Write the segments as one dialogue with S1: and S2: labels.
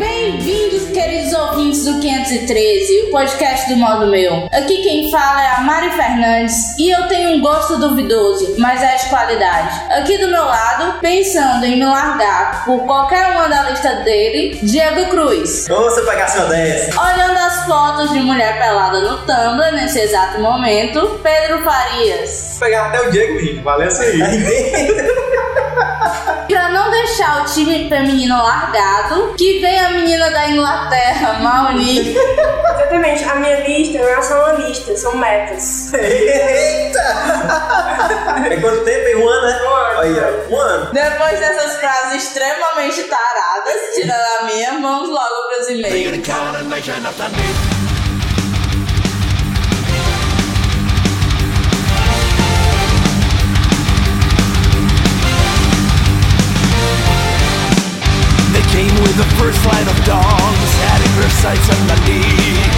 S1: Bem-vindos, queridos ouvintes do 513, o podcast do modo meu. Aqui quem fala é a Mari Fernandes e eu tenho um gosto duvidoso, mas é de qualidade. Aqui do meu lado, pensando em me largar por qualquer uma da lista dele, Diego Cruz.
S2: Ô, seu pegação dessa.
S1: Olhando as fotos de mulher pelada no Tumblr nesse exato momento, Pedro Farias.
S3: Vou pegar até o Diego rindo, valeu isso aí.
S2: Aí vem.
S1: Pra não deixar o time feminino largado, que vem a menina da Inglaterra, Maoni.
S4: Exatamente, a minha lista não é só uma lista, são metas.
S2: É quanto tempo? Em um ano, né? Um
S4: ano.
S2: Aí, ó. Um ano.
S1: Depois dessas frases extremamente taradas, tirando a minha, vamos logo pros e-mails.
S5: They came with the first light of dawn, setting their sights on the lead.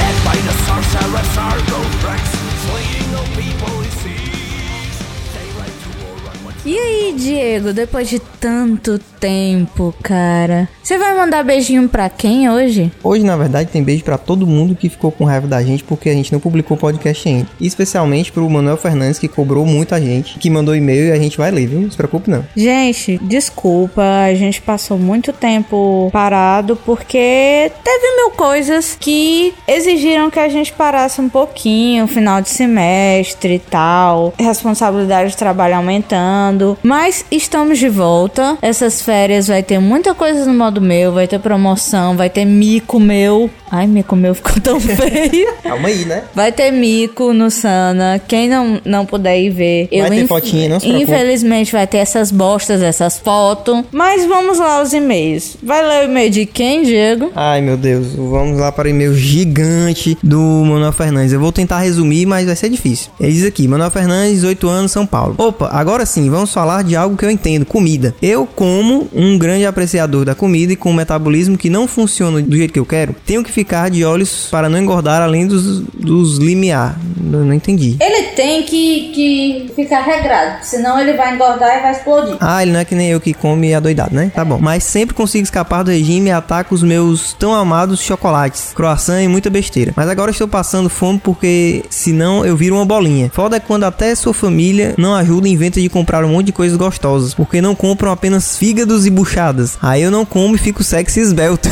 S5: Led by the sorcerer Sargo Rex, slaying all people he sees. They ride to war on what
S6: E aí, Diego, depois de tanto tempo, cara, você vai mandar beijinho pra quem hoje?
S7: Hoje, na verdade, tem beijo pra todo mundo que ficou com raiva da gente porque a gente não publicou o podcast ainda. E especialmente pro Manuel Fernandes, que cobrou muito a gente, que mandou e-mail e a gente vai ler, viu? Não se preocupe, não.
S6: Gente, desculpa, a gente passou muito tempo parado porque teve mil coisas que exigiram que a gente parasse um pouquinho, final de semestre e tal, responsabilidade de trabalho aumentando, mas estamos de volta. Essas férias vai ter muita coisa no modo meu, vai ter promoção, vai ter mico meu. Ai, mico meu ficou tão feio.
S7: Calma aí, né?
S6: Vai ter mico no Sana. Quem não, não puder ir ver,
S7: Vai ter
S6: inf-
S7: fotinha, não se preocupe.
S6: Infelizmente vai ter essas bostas, essas fotos. Mas vamos lá os e-mails. Vai ler o e-mail de quem, Diego?
S7: Ai, meu Deus. Vamos lá para o e-mail gigante do Manuel Fernandes. Eu vou tentar resumir, mas vai ser difícil. Ele diz aqui, Manuel Fernandes, 8 anos, São Paulo. Opa, agora sim, vamos falar de algo que eu entendo, comida. Eu, como um grande apreciador da comida e com um metabolismo que não funciona do jeito que eu quero, tenho que ficar de olhos para não engordar além dos, dos limiar. Eu não entendi.
S1: Ele tem que, que ficar regrado, senão ele vai engordar e vai explodir.
S7: Ah, ele não é que nem eu que come adoidado, né? Tá bom. Mas sempre consigo escapar do regime e ataco os meus tão amados chocolates, croissant e muita besteira. Mas agora estou passando fome porque senão eu viro uma bolinha. Foda é quando até sua família não ajuda e inventa de comprar um monte de coisas gostosas, porque não compram apenas fígados e buchadas. Aí eu não como e fico sexy e esbelto.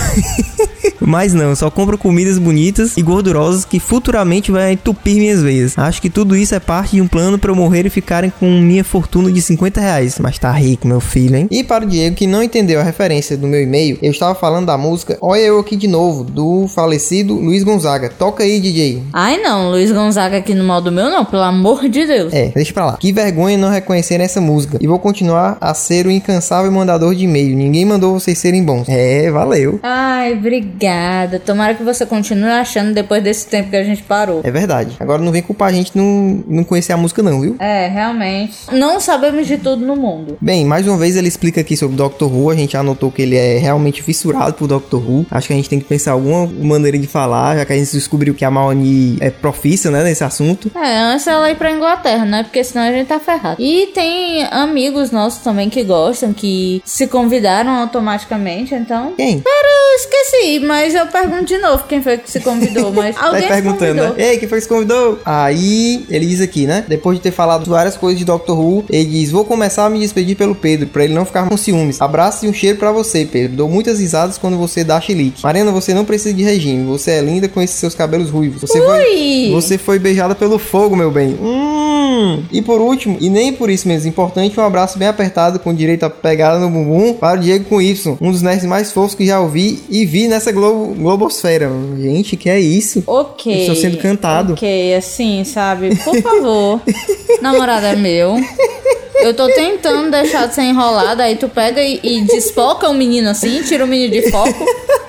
S7: Mas não, só compro comidas bonitas e gordurosas que futuramente vai entupir minhas veias. Acho que tudo isso é parte de um plano pra eu morrer e ficarem com minha fortuna de 50 reais. Mas tá rico, meu filho, hein? E para o Diego que não entendeu a referência do meu e-mail, eu estava falando da música Olha Eu Aqui de Novo, do falecido Luiz Gonzaga. Toca aí, DJ.
S6: Ai não, Luiz Gonzaga aqui no modo meu não, pelo amor de Deus.
S7: É, deixa pra lá. Que vergonha não reconhecer essa música. E vou continuar a ser o incansável mandador de e-mail. Ninguém mandou vocês serem bons. É, valeu.
S6: Ai, obrigada. Tomara que você continue achando depois desse tempo que a gente parou.
S7: É verdade. Agora não vem culpar a gente não, não conhecer a música, não, viu?
S6: É, realmente. Não sabemos de tudo no mundo.
S7: Bem, mais uma vez ele explica aqui sobre Doctor Who. A gente já anotou que ele é realmente fissurado por Doctor Who. Acho que a gente tem que pensar alguma maneira de falar, já que a gente descobriu que a Maoni é profissa, né, nesse assunto.
S6: É, antes ela ir pra Inglaterra, né? Porque senão a gente tá ferrado. E tem amigos nossos também que gostam, que se convidaram automaticamente, então.
S7: Quem?
S6: Cara, eu esqueci, mas eu pergunto de novo quem foi que se convidou, mas
S7: Tá
S6: alguém se
S7: perguntando, né?
S6: convidou.
S7: Ei, quem foi que se convidou? Aí ele diz aqui, né? Depois de ter falado várias coisas de Doctor Who, ele diz: Vou começar a me despedir pelo Pedro, pra ele não ficar com ciúmes. Abraço e um cheiro pra você, Pedro. Dou muitas risadas quando você dá chilique. Mariana, você não precisa de regime. Você é linda com esses seus cabelos ruivos. Você vai.
S6: Ui!
S7: né? Você foi beijada pelo fogo, meu bem. Hum. E por último, e nem por isso menos importante, um abraço bem apertado com direito a pegada no bumbum para o Diego com Y, um dos nerds mais fofos que já ouvi e vi nessa globo, globosfera. Gente, que é isso?
S6: Ok.
S7: Eu estou sendo cantado.
S6: Ok, assim, sabe? Por favor. Namorada é meu. Eu tô tentando deixar de ser enrolada, aí tu pega e, e desfoca o menino assim, tira o menino de foco.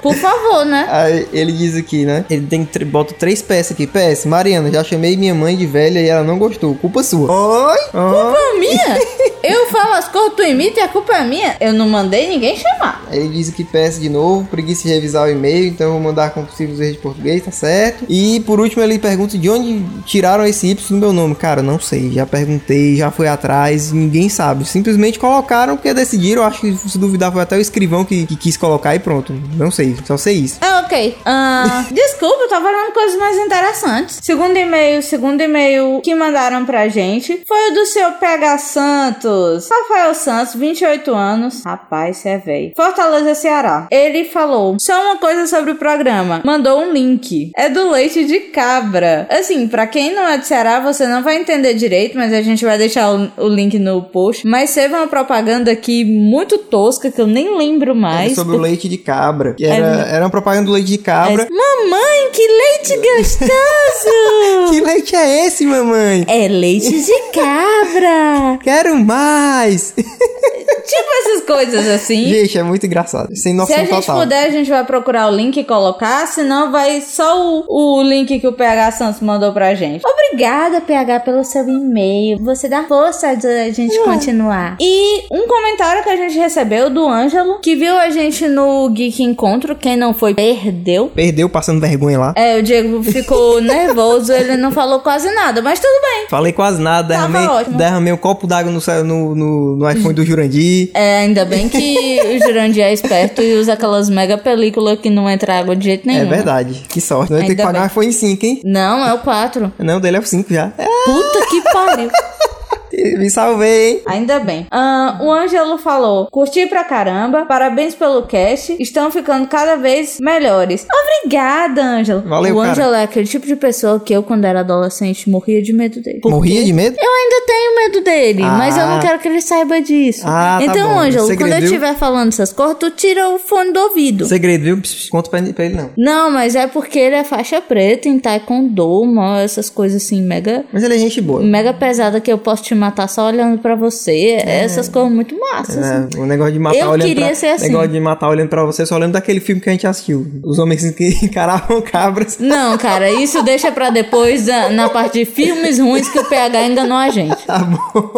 S6: Por favor, né?
S7: Aí ele diz aqui, né? Ele tem tr- bota três PS aqui. PS, Mariana, já chamei minha mãe de velha e ela não gostou. Culpa sua. Oi? Oi?
S6: culpa é minha? Eu falo as coisas, tu imita e a culpa é minha? Eu não mandei ninguém chamar.
S7: Aí Ele diz que PS de novo, preguiça de revisar o e-mail, então eu vou mandar com possíveis erros de português, tá certo? E por último ele pergunta de onde tiraram esse Y no meu nome. Cara, não sei, já perguntei, já fui atrás, ninguém sabe. Simplesmente colocaram porque decidiram, acho que se duvidar foi até o escrivão que, que quis colocar e pronto. Não sei, mesmo, só sei isso.
S6: Ah, ok. Ah, desculpa, eu tava olhando coisas mais interessantes. Segundo e-mail, segundo e-mail que mandaram pra gente foi o do seu PH Santos. Rafael Santos, 28 anos. Rapaz, você é velho. Fortaleza, Ceará. Ele falou só uma coisa sobre o programa. Mandou um link. É do leite de cabra. Assim, pra quem não é de Ceará, você não vai entender direito, mas a gente vai deixar o, o link no post. Mas teve uma propaganda aqui muito tosca que eu nem lembro mais.
S7: É sobre o leite de cabra.
S6: É
S7: que era, era uma propaganda do leite de cabra.
S6: Mamãe, que leite gostoso!
S7: Que leite é esse, mamãe?
S6: é leite de cabra!
S7: Quero mais!
S6: tipo essas coisas assim.
S7: Gente, é muito engraçado. Sem
S6: Se
S7: noção
S6: a gente
S7: total.
S6: puder, a gente vai procurar o link e colocar, senão vai só o, o link que o PH Santos mandou pra gente. Obrigada, PH, pelo seu e-mail. Você dá força de a
S7: Ah.
S6: gente continuar. E um comentário que a gente recebeu do Ângelo, que viu a gente no Geek Encontro. Quem não foi, perdeu.
S7: Perdeu passando vergonha lá.
S6: É, o Diego ficou nervoso, ele não falou quase nada, mas tudo bem.
S7: Falei quase nada,
S6: Tava
S7: derramei,
S6: ótimo.
S7: derramei um copo d'água no, sa- no, no, no iPhone do Jurandir.
S6: É, ainda bem que o Jurandir é esperto e usa aquelas mega películas que não entra água de jeito nenhum.
S7: É verdade. Que sorte. Não vai ter
S6: Ainda
S7: que pagar
S6: bem.
S7: um iPhone 5, hein?
S6: Não, é o 4.
S7: Não, o dele é o 5 já. É,
S6: Puta que pariu.
S7: me salvei, hein?
S6: Ainda bem. Ah, o Ângelo falou: curti pra caramba, parabéns pelo cast, estão ficando cada vez melhores. Obrigada, Ângelo.
S7: Valeu,
S6: o
S7: cara.
S6: Ângelo é aquele tipo de pessoa que eu, quando era adolescente, morria de medo dele.
S7: Morria de medo?
S6: Eu ainda tenho medo dele,
S7: Ah.
S6: mas eu não quero que ele saiba disso.
S7: Ah, tá
S6: então,
S7: bom.
S6: Ângelo,
S7: Segredo,
S6: quando eu
S7: viu?
S6: estiver falando essas coisas, tu tira o fone do ouvido.
S7: Segredo, viu? Pss, pss, Conta pra, pra ele, não.
S6: Não, mas é porque ele é faixa preta em taekwondo, uma, essas coisas assim, mega,
S7: Mas ele é gente boa.
S6: mega pesada que eu posso te matar só olhando pra você. Essas coisas muito massas. assim.
S7: É, o negócio de matar
S6: Eu
S7: olhando
S6: queria
S7: pra,
S6: ser assim.
S7: negócio de matar olhando pra você, só lembro daquele filme que a gente assistiu. Os homens que encaravam cabras.
S6: Não, cara, isso deixa pra depois na, na parte de filmes ruins que o PH enganou a gente.
S7: Tá bom.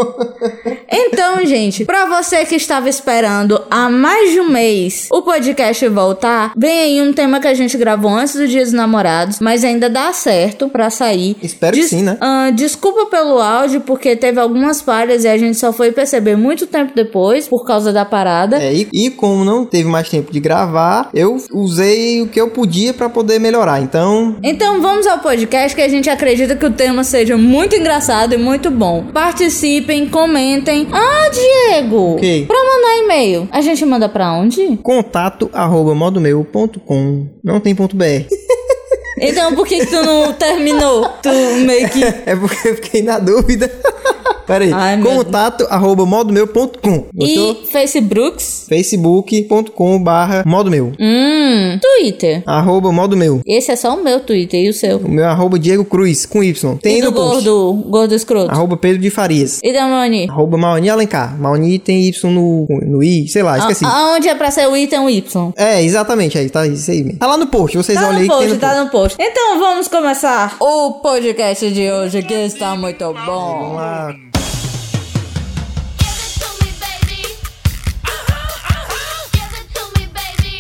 S6: Então, gente, pra você que estava esperando há mais de um mês o podcast voltar, vem aí um tema que a gente gravou antes do Dia dos Namorados, mas ainda dá certo pra sair.
S7: Espero que sim, né?
S6: Ah, desculpa pelo áudio, porque teve algumas falhas e a gente só foi perceber muito tempo depois, por causa da parada.
S7: É, e, e como não teve mais tempo de gravar, eu usei o que eu podia pra poder melhorar. Então,
S6: Então vamos ao podcast que a gente acredita que o tema seja muito engraçado e muito bom. Participem, comentem. Ah, Diego!
S7: Ok.
S6: Pra mandar e-mail, a gente manda pra onde?
S7: contato arroba modomeu.com. Não tem ponto .br.
S6: Então por que, que tu não terminou? Tu meio que.
S7: É porque eu fiquei na dúvida. Pera aí.
S6: Ai, meu
S7: Contato arroba modomeu.com. Gostou?
S6: E Facebooks?
S7: facebook.com barra modomeu.
S6: Hum, Twitter.
S7: Arroba modomeu.
S6: Esse é só o meu Twitter e o seu.
S7: O meu arroba Diego Cruz, com Y. Tem
S6: e do
S7: no post. Ah,
S6: gordo, gordo escroto. Então,
S7: Arroba Pedro de Farias.
S6: E da Mani?
S7: Arroba Maoni Alencar. Maoni tem Y no, no I, sei lá, esqueci.
S6: Aonde é pra ser o item Y?
S7: É, exatamente aí, tá isso aí mesmo. Tá lá no post, vocês
S6: Tá
S7: olham
S6: no
S7: aí que tem
S6: post,
S7: no
S6: tá
S7: post.
S6: no post. Então vamos começar o podcast de hoje que está muito bom.
S7: Vamos lá.
S8: Give it to me, baby.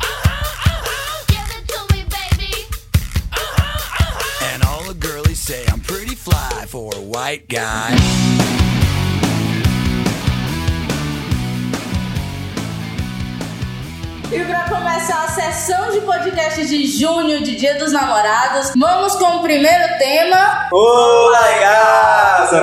S8: Uh-huh, uh-huh. Give it to me, baby. Uh-huh, uh-huh. Give it to me, baby.
S5: And all the girlies say I'm pretty fly for a white guy.
S1: E pra começar a sessão de podcast de junho, de Dia dos Namorados, vamos com o primeiro tema,
S2: Ô, É, lagarta!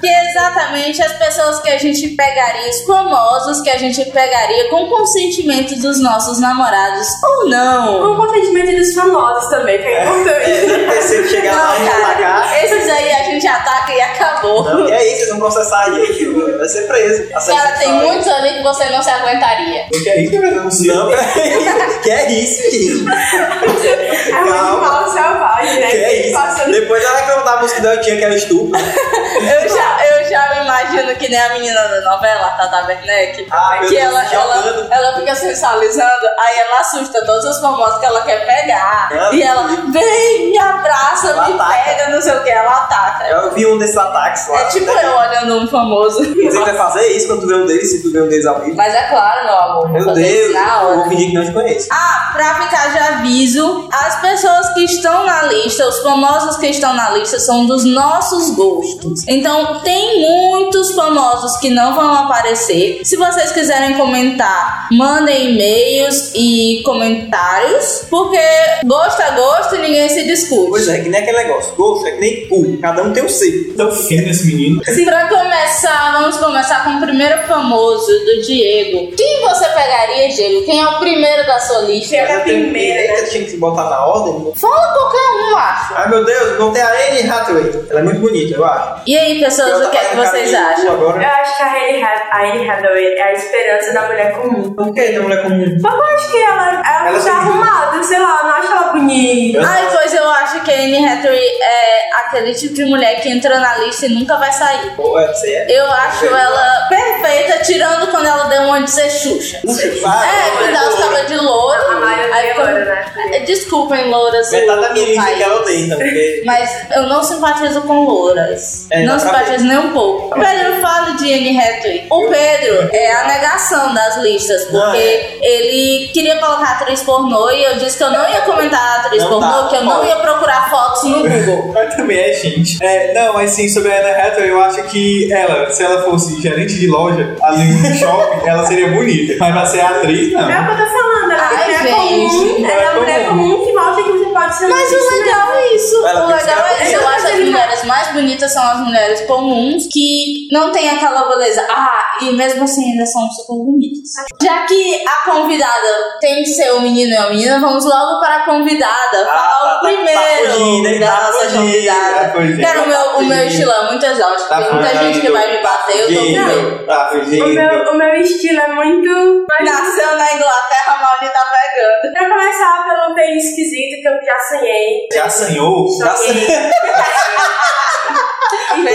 S1: que é exatamente as pessoas que a gente pegaria, os famosos que a gente pegaria com consentimento dos nossos namorados ou não.
S4: O consentimento dos famosos também, que é importante.
S2: Pensei que chegar lá e
S1: Não,
S2: lagarta.
S1: cara, esses aí a gente ataca e acabou.
S2: Não, e é isso, vocês vão processar a gente, mano. vai ser preso.
S1: Cara, tem muitos ali que você não se aguentaria.
S2: Que é isso que eu não sei. Não, peraí. que é isso, gente?
S4: É uma
S2: Calma.
S4: fala selvagem, né?
S2: Que é isso?
S4: Passando
S2: Depois ela reclama da música da tinha que era estupro.
S1: Eu já, eu já me imagino que nem a menina da novela, a Tata Werneck,
S2: Ah, meu
S1: que
S2: Deus,
S1: ela, ela,
S2: jogando.
S1: ela fica sensualizando, aí ela assusta todos os famosos que ela quer pegar.
S2: Ah,
S1: e ela, vem, me abraça,
S2: Ela
S1: me
S2: ataca.
S1: pega, não sei o que, ela ataca.
S2: Eu vi um desses ataques lá.
S1: É tipo eu olhando um famoso.
S2: Você vai fazer isso quando tu vê um deles, se tu vê um deles ao vivo?
S1: Mas é claro, meu amor, vou
S2: Meu
S1: fazer isso
S2: Deus,
S1: na hora.
S2: eu vou fingir que não te conheço.
S1: Ah, pra ficar de aviso, as pessoas que estão na lista, os famosos que estão na lista, são dos nossos gostos. Então, tem
S6: muitos famosos que não vão aparecer. Se vocês quiserem comentar, mandem e-mails e comentários, porque gosto a gosto e ninguém se discute.
S2: Pois é, que nem aquele negócio. Gosto é que nem cu. Cada um tem o seu.
S3: Tão fino esse menino.
S6: Sim. Pra começar, vamos começar com o primeiro famoso do Diego. Quem você pegaria, Diego? Quem é o primeiro da sua lista?
S4: Chega a primeira, né?
S2: Eita, tinha que se botar na ordem.
S6: Fala qualquer um, acho.
S2: Ai meu Deus, não tem a Anne Hathaway. Ela é muito bonita, eu acho. tá
S6: E aí, pessoas, o que é que vocês acham?
S4: Eu
S2: Agora.
S4: acho que a Hayley Hath- a Anne Hathaway é a esperança da mulher comum.
S2: Por que a mulher comum?
S4: Mas eu acho que ela, ela,
S2: Ela
S4: tá
S2: se-
S4: arrumada, sei lá, eu não acho ela bonita.
S6: Ai, pois eu acho que a Anne Hathaway é aquele tipo de mulher que entra na lista e nunca vai sair.
S2: Ou é sério?
S6: Eu acho ela perfeita, tirando quando ela deu uma de ser Xuxa.
S2: Você fala.
S6: É, que dá os cabelos de louro.
S4: A maioria
S6: Aí
S4: é
S6: quando-
S4: loura, né?
S6: É, Desculpem, louras.
S2: Metade
S6: do-
S2: da minha
S6: do
S2: lista
S6: país.
S2: que ela odeia, então. porque-
S6: Mas eu não simpatizo com louras.
S2: É,
S6: não
S2: dá pra
S6: simpatizo nem um pouco.
S2: Dá pra
S6: Pedro fala de Anne Hathaway. O Pedro é a negação das listas, porque
S2: Não, é.
S6: ele queria colocar atriz pornô e eu disse que eu não ia comentar a atriz
S2: Não
S6: pornô,
S2: dá,
S6: que eu não
S2: pode.
S6: ia procurar fotos no Google.
S3: Mas também é gente. É, não, mas sim, sobre a Ana Hathaway, eu acho que ela, se ela fosse gerente de loja ali
S2: um
S3: no shopping, ela seria bonita. Mas pra ser atriz, não.
S4: É o que eu tô falando, ela
S6: Ai,
S4: é
S6: gente,
S4: comum, ela é
S2: é
S4: uma mulher
S2: comum.
S4: comum que mostra que você pode ser
S6: Mas o
S4: bonita, né?
S6: legal é isso.
S2: Ela
S6: O
S2: tem
S6: legal
S2: que
S6: é
S2: ser
S6: isso. Eu
S4: atriz.
S6: acho as mulheres mais bonitas são as mulheres comuns que não tem aquela beleza. Ah, e mesmo assim ainda são super bonitas. Já que a convidada tem que ser o menino e a menina, vamos logo para a convidada.
S2: Ah,
S6: Fala o
S2: tá- tá
S6: primeiro
S2: fugindo, hein?
S6: da
S2: Tá
S6: nossa
S2: fugindo,
S6: convidada.
S2: tá fugindo,
S6: Cara, o meu,
S2: tá
S6: o meu
S2: fugindo.
S6: estilo é muito exausto.
S2: Tá
S6: tem muita gente que
S2: fugindo,
S6: vai me bater, eu tô com medo.
S2: fugindo, Tá
S4: O
S2: fugindo.
S4: meu, o meu estilo é muito.
S6: Nasceu na Inglaterra, a Mauri tá pegando.
S4: Pra começar pelo peito esquisito que eu já sonhei.
S3: Já assanhou?
S4: Só
S2: Já
S4: que-
S2: assanhou.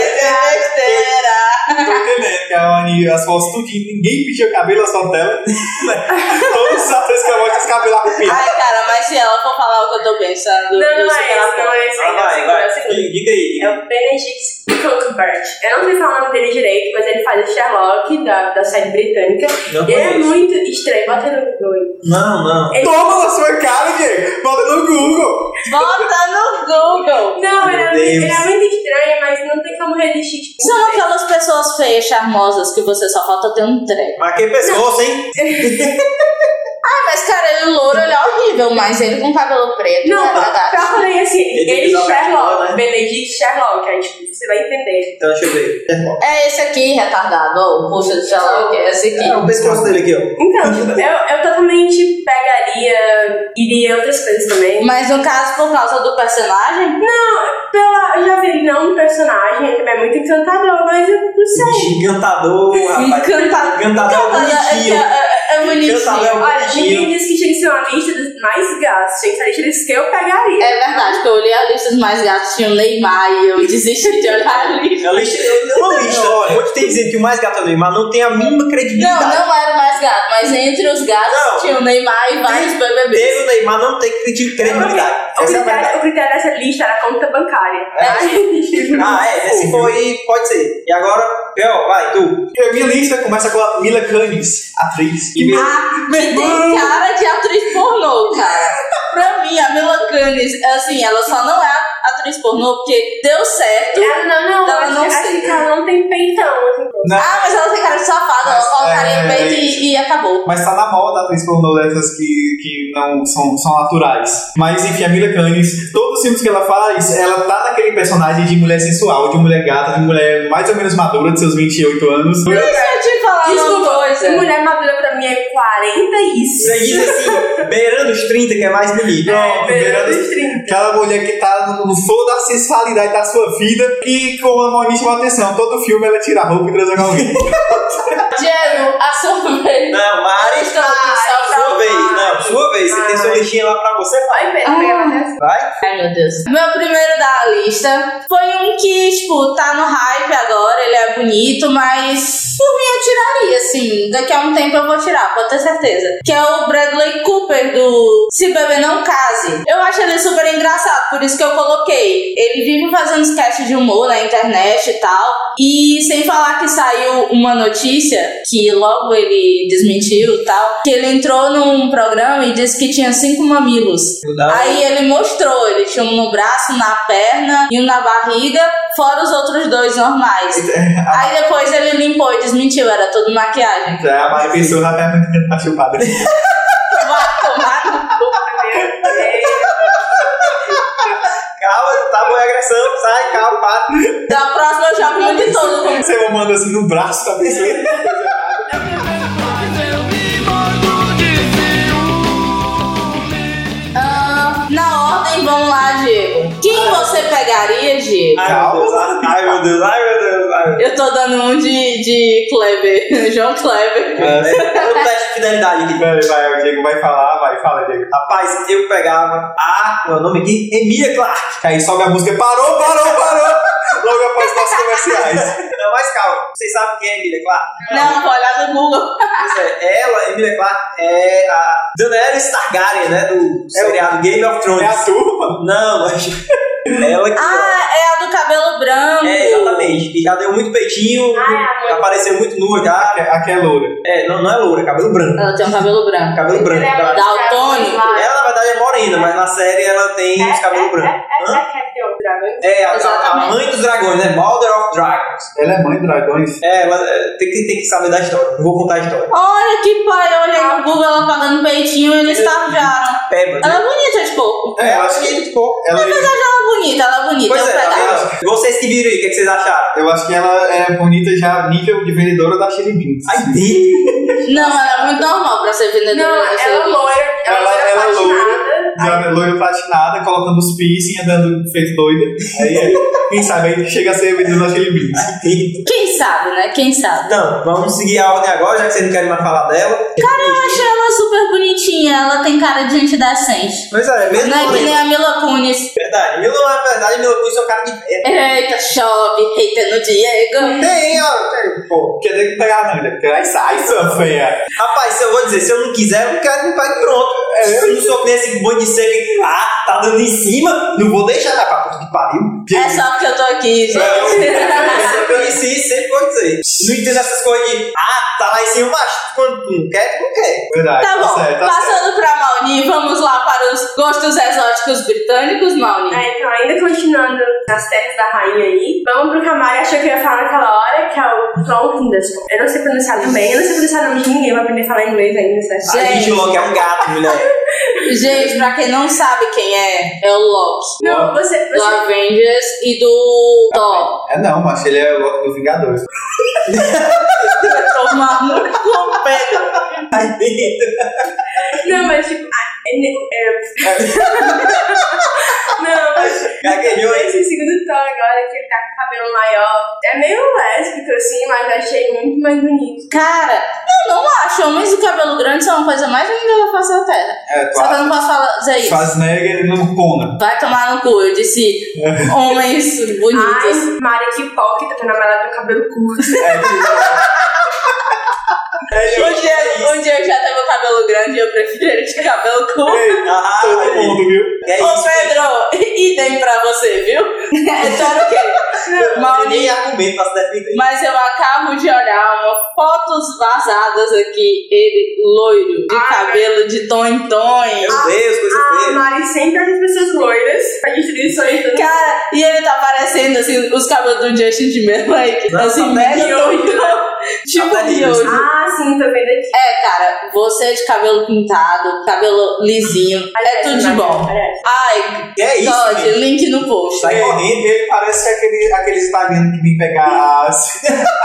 S6: Besteira.
S3: Tô entendendo que a Anne, as fotos tudinho, ninguém pediu cabelo, as fotos dela. Todos os atores que ela mostra os cabelos arrupiados.
S6: Ai, cara, mas se ela for falar o que eu tô pensando,
S4: Não,
S6: eu
S4: não
S6: sei
S4: é
S6: que ela
S4: esse, não é esse.
S2: Ah, vai,
S4: É o
S2: vai.
S4: seguinte.
S2: Diga aí.
S4: É o Benedict Cumberbatch. Eu não sei falar o nome dele direito, mas ele faz o Sherlock da, da série britânica.
S2: Não
S4: ele é
S2: conheço.
S4: muito estranho. Bota no Google.
S2: Não, não.
S3: Toma na sua cara, Diego! Bota no Google!
S6: Bota no Google.
S4: Não, ele é,
S2: Meu
S4: muito- ele
S2: Deus.
S4: é muito estranho, mas não tem como resistir. Tipo,
S6: São aquelas pessoas feias, charmosas, que você só falta ter um treco.
S2: Mas que pescoço, hein?
S6: Ah, mas cara, ele louro, ele é horrível, mas ele com cabelo preto.
S4: Não,
S6: né,
S4: pra
S6: verdade?
S4: pra falar assim, ele,
S2: Ele é o
S4: Sherlock,
S2: Batman, né?
S4: Benedict Sherlock, aí tipo, você vai entender.
S2: Então deixa eu ver.
S6: É esse aqui, retardado. ó, o puxa de Sherlock, é esse
S2: É o
S6: aqui.
S2: pescoço dele aqui, ó.
S4: Então, tipo, eu, eu totalmente pegaria, iria em outras coisas também.
S6: Mas no caso, por causa do personagem,
S4: Não, pela, eu já vi ele não um personagem, ele também é muito encantador, mas eu não sei.
S2: Bicho encantador, rapaz.
S6: encanta-
S2: Encantador
S6: encanta-
S2: Ah, é
S6: é, é,
S2: bonitinho.
S6: é
S2: Encantador
S6: bonitinho.
S2: é
S4: Olha, ninguém
S2: bonitinho.
S4: disse que tinha que ser uma lista dos mais gatos, tinha que ser a lista dos que eu pegaria.
S6: É verdade, porque eu olhei a lista dos mais gatos, tinha o Neymar e eu desisti de olhar a lista.
S2: É uma lista, é uma lista. Olha, vou te ter dizendo que o mais gato é o Neymar não tem a mínima
S6: Não,
S2: credibilidade.
S6: não era mais gato, mas entre os gatos
S2: Não.
S6: tinha o Neymar e vários BBBs.
S2: Teve o Neymar não tem credi- credibilidade. Essa é
S4: o,
S2: a
S4: critério,
S2: verdade.
S4: o critério dessa lista era a conta bancária.
S2: Ah, é, se for aí, pode ser. E agora, Pel, vai, tu.
S3: E a minha lista começa com a Mila Kunis, atriz. E meu-
S6: Ah, que tem cara de atriz pornô, cara. pra mim, a Mila Kunis, assim, ela só não é atriz pornô porque deu certo.
S4: Ah, não, não,
S6: Ela
S4: acho,
S6: não
S4: acho
S6: sei.
S4: que ela não tem peitão. assim.
S3: Não.
S6: Ah, mas ela tem cara de safada, ela
S3: Mas,
S6: colocaria
S3: é,
S6: o peito e, e acabou.
S3: Mas tá na moda atriz pornô dessas que, que não são, são naturais. Mas enfim, a Mila Kunis, todos os filmes que ela faz, ela tá naquele personagem de mulher sensual, de mulher gata, de mulher mais ou menos madura, de seus 28 anos.
S6: Deixa eu te falar uma coisa.
S4: mulher madura pra mim é 46.
S3: Né?
S2: Você diz assim, beirando os 30, que é mais bonito.
S3: É, primeira
S4: beirando os
S3: vez.
S4: 30.
S3: Aquela mulher que tá no flow da sensualidade da sua vida e com a Monique chama atenção. Todo filme ela tira a roupa e transa com alguém.
S6: Diego, a sua
S3: É,
S6: vez.
S2: Não,
S6: Eu
S2: Mari,
S4: tá,
S6: estou aqui só pra
S2: sua vez.
S6: falar.
S2: Não, sua vez. Você tem sua listinha lá pra você, vai.
S4: Ai, Pedro,
S6: Ah.
S4: pega mais essa.
S2: Vai.
S6: Ai, meu Deus. Meu primeiro da lista foi um que, tipo, tá no hype agora, ele é bonito, mas por mim eu tiraria, assim. Daqui a um tempo eu vou tirar, pode ter certeza. Que é o Bradley Cooper do Se Beber Não Case. Eu acho ele super engraçado, por isso que eu coloquei. Ele vive fazendo sketch de humor na internet e tal. E sem falar que saiu uma notícia que logo ele desmentiu e tal, que ele entrou num programa e disse que tinha cinco mamilos.
S2: Não dá.
S6: Aí ele mostrou, ele
S1: Eles tinham um no braço, um na perna e um na barriga, fora os outros dois normais. Aí depois ele limpou e desmentiu, era tudo maquiagem.
S3: Já É, a Mari pensou na perna da tá chupada.
S1: Vai tomar no cu.
S4: Meu Deus.
S2: Calma, tá bom, é agressão, sai, calma, para.
S1: Da próxima eu jogo no de todo mundo.
S3: Você manda assim no braço, tá pensando?
S1: Ah, na ordem, vamos lá, Diego. Quem você pegaria, Diego?
S2: Calma. Ai, meu Deus, ai, meu Deus, ai, meu Deus.
S1: Eu tô dando um de, de Kleber, João Kleber.
S2: É um teste de fidelidade aqui.
S3: Peraí, vai, o Diego vai falar, vai, fala, Diego.
S2: Rapaz, eu pegava a. Qual é o nome aqui? Emília Clark.
S3: Aí sobe a música, parou, parou, parou! Logo após nossos comerciais.
S2: assim, Não, mas calma, vocês sabem quem é Emília Clark?
S1: Não, vou olhar no Google.
S2: Pois é, ela, Emília Clark, é a Daenerys Targaryen, né? Do seriado Game of Thrones.
S3: É a turma?
S2: Não, mas. Ela que.
S1: Ah, é a do cabelo branco.
S2: É, exatamente. E já deu muito peitinho,
S4: Ah, é a
S2: apareceu muito nua já.
S3: Aque- Aquela é loura.
S2: É, não, não é loura, é cabelo branco.
S1: Ela tem um cabelo branco.
S2: Cabelo branco.
S4: Ela é
S2: cara.
S1: Daltônico.
S2: Ela, na verdade, é morena, mas na série ela tem os cabelos
S4: É,
S2: brancos.
S4: é,
S2: Hã?
S4: é, é, que é o dragão.
S2: É, a, a- a
S1: Exatamente.
S2: mãe dos dragões, né? Mother of Dragons.
S3: Ela é mãe de dragões?
S2: É, ela é, tem que, tem que saber da história. Não vou contar a história.
S1: Olha que pai, olha no Google ela pagando peitinho e eles estagiaram.
S2: Peba.
S1: Ela é bonita de pouco.
S3: É, eu acho que, pô, ela
S1: Mas
S3: é-
S1: ela é bonita, ela é bonita.
S2: Pois
S4: um
S1: eu
S2: é, tá
S1: pegava.
S2: vendo? Vocês que viram aí, o que, é que vocês acharam?
S3: eu acho que ela é bonita já nível de vendedora da Chili Beans.
S2: Ai, dentro.
S1: Não, ela é muito normal pra ser vendedora.
S4: Não,
S1: de
S4: ela é
S1: serviço.
S4: loira.
S3: Ela, ela é loira,
S4: platinada.
S3: já é loira platinada, colocando os piercing, andando feito doida. Aí, é, quem sabe, aí chega a ser vendedora da Chili Beans.
S1: Quem sabe, né? Quem sabe?
S2: Então, vamos seguir a ordem agora, já que vocês não querem mais falar dela.
S1: Cara, eu achei ela super bonitinha. Ela tem cara de gente decente.
S2: Pois é, mesmo
S1: Não é que
S2: morena.
S1: nem a Mila Kunis.
S2: Verdade. Eu não, na verdade, meu Luiz é um cara de... É,
S1: Eita, chove, hater no Diego.
S2: Tem, ó. tem, pô.
S3: Quer dizer que pegar a
S2: né?
S3: Nanda? porque ela Sai, sua feia!
S2: é. Rapaz, se eu vou dizer, se eu não quiser, eu não quero, não vai pronto.
S3: É
S2: se eu não sou que nem esse boi de seca que, ah, tá dando em cima, não vou deixar, né? Pra puta que pariu.
S1: É só porque eu tô aqui,
S2: é Eu
S1: gente.
S2: sempre disse isso, sempre vou dizer. Não entendo essas coisas de, ah, tá lá em cima, mas quando tu não quer, tu não quer.
S3: Verdade,
S1: Tá bom,
S3: certo, tá certo.
S1: passando pra Mauni, vamos lá para os gostos exóticos britânicos, Mauni.
S4: Ah, então, ainda continuando nas terras da rainha aí, vamos pro Camara, achou que eu ia falar naquela hora, que é o Tom Hinderson. Eu não sei pronunciar também, eu não sei pronunciar o nome de ninguém, vou aprender a falar inglês ainda, certo?
S2: A gente,
S1: Gente.
S2: Loki, é um gato, mulher.
S1: Gente, pra quem não sabe quem é, é o Loki.
S4: Não, você,
S1: Do
S4: você
S1: Avengers e do Thor.
S3: É não, macho, ele é o Loki do Vingadores.
S1: Tomar no cu.
S2: Ai, dentro.
S4: Não, mas tipo. ah, é ne- é- Não, mas.
S2: Gaguejou, hein?
S4: Esse segundo tom agora, que ele tá com o cabelo maior. É meio lésbico, assim, mas eu achei muito mais bonito.
S1: Cara, eu não acho. Homens de cabelo grande são uma coisa mais linda da face da Terra.
S3: É, tu
S1: Só que eu
S2: tá
S3: acha?
S1: não posso falar dizer isso.
S3: Schwarzenegger no Conan.
S1: Vai tomar no cu, eu disse homens bonitos.
S4: Ai, Mari, que hipócrita, tá namorada com cabelo curto.
S3: tipo,
S2: É,
S1: Um dia, um dia eu já tenho meu cabelo grande e eu prefiro de cabelo curto.
S3: Ei,
S2: Ah,
S3: todo mundo, viu?
S2: É
S1: Ô
S2: isso.
S1: Pedro, idem pra você, viu? É claro que
S2: Não tem nem
S1: Mauni,
S2: argumento pra se defender.
S1: mas eu acabo de olhar uma fotos vazadas aqui, ele loiro, de cabelo de tom em tom.
S2: Meu Deus, coisa
S1: Ah,
S4: A
S2: feia.
S4: Mari sempre acha as pessoas loiras. A gente diz isso aí.
S1: Cara, e ele tá parecendo assim, os cabelos do Justin Timberlake,
S2: Nossa,
S1: assim,
S2: até
S1: mega
S2: miojo.
S1: doidão, tipo
S2: Até
S1: miojo.
S2: miojo.
S4: Ah, sim, tô vendo aqui.
S1: É, cara, você de cabelo pintado, cabelo lisinho, é tudo de bom.
S4: Parece.
S1: Ai,
S2: Que é isso,
S1: Todd,
S2: menino?
S1: link no post.
S2: Sai
S3: Ei,
S2: correndo.
S3: Ele parece aquele, aqueles italianos que vêm pegar as,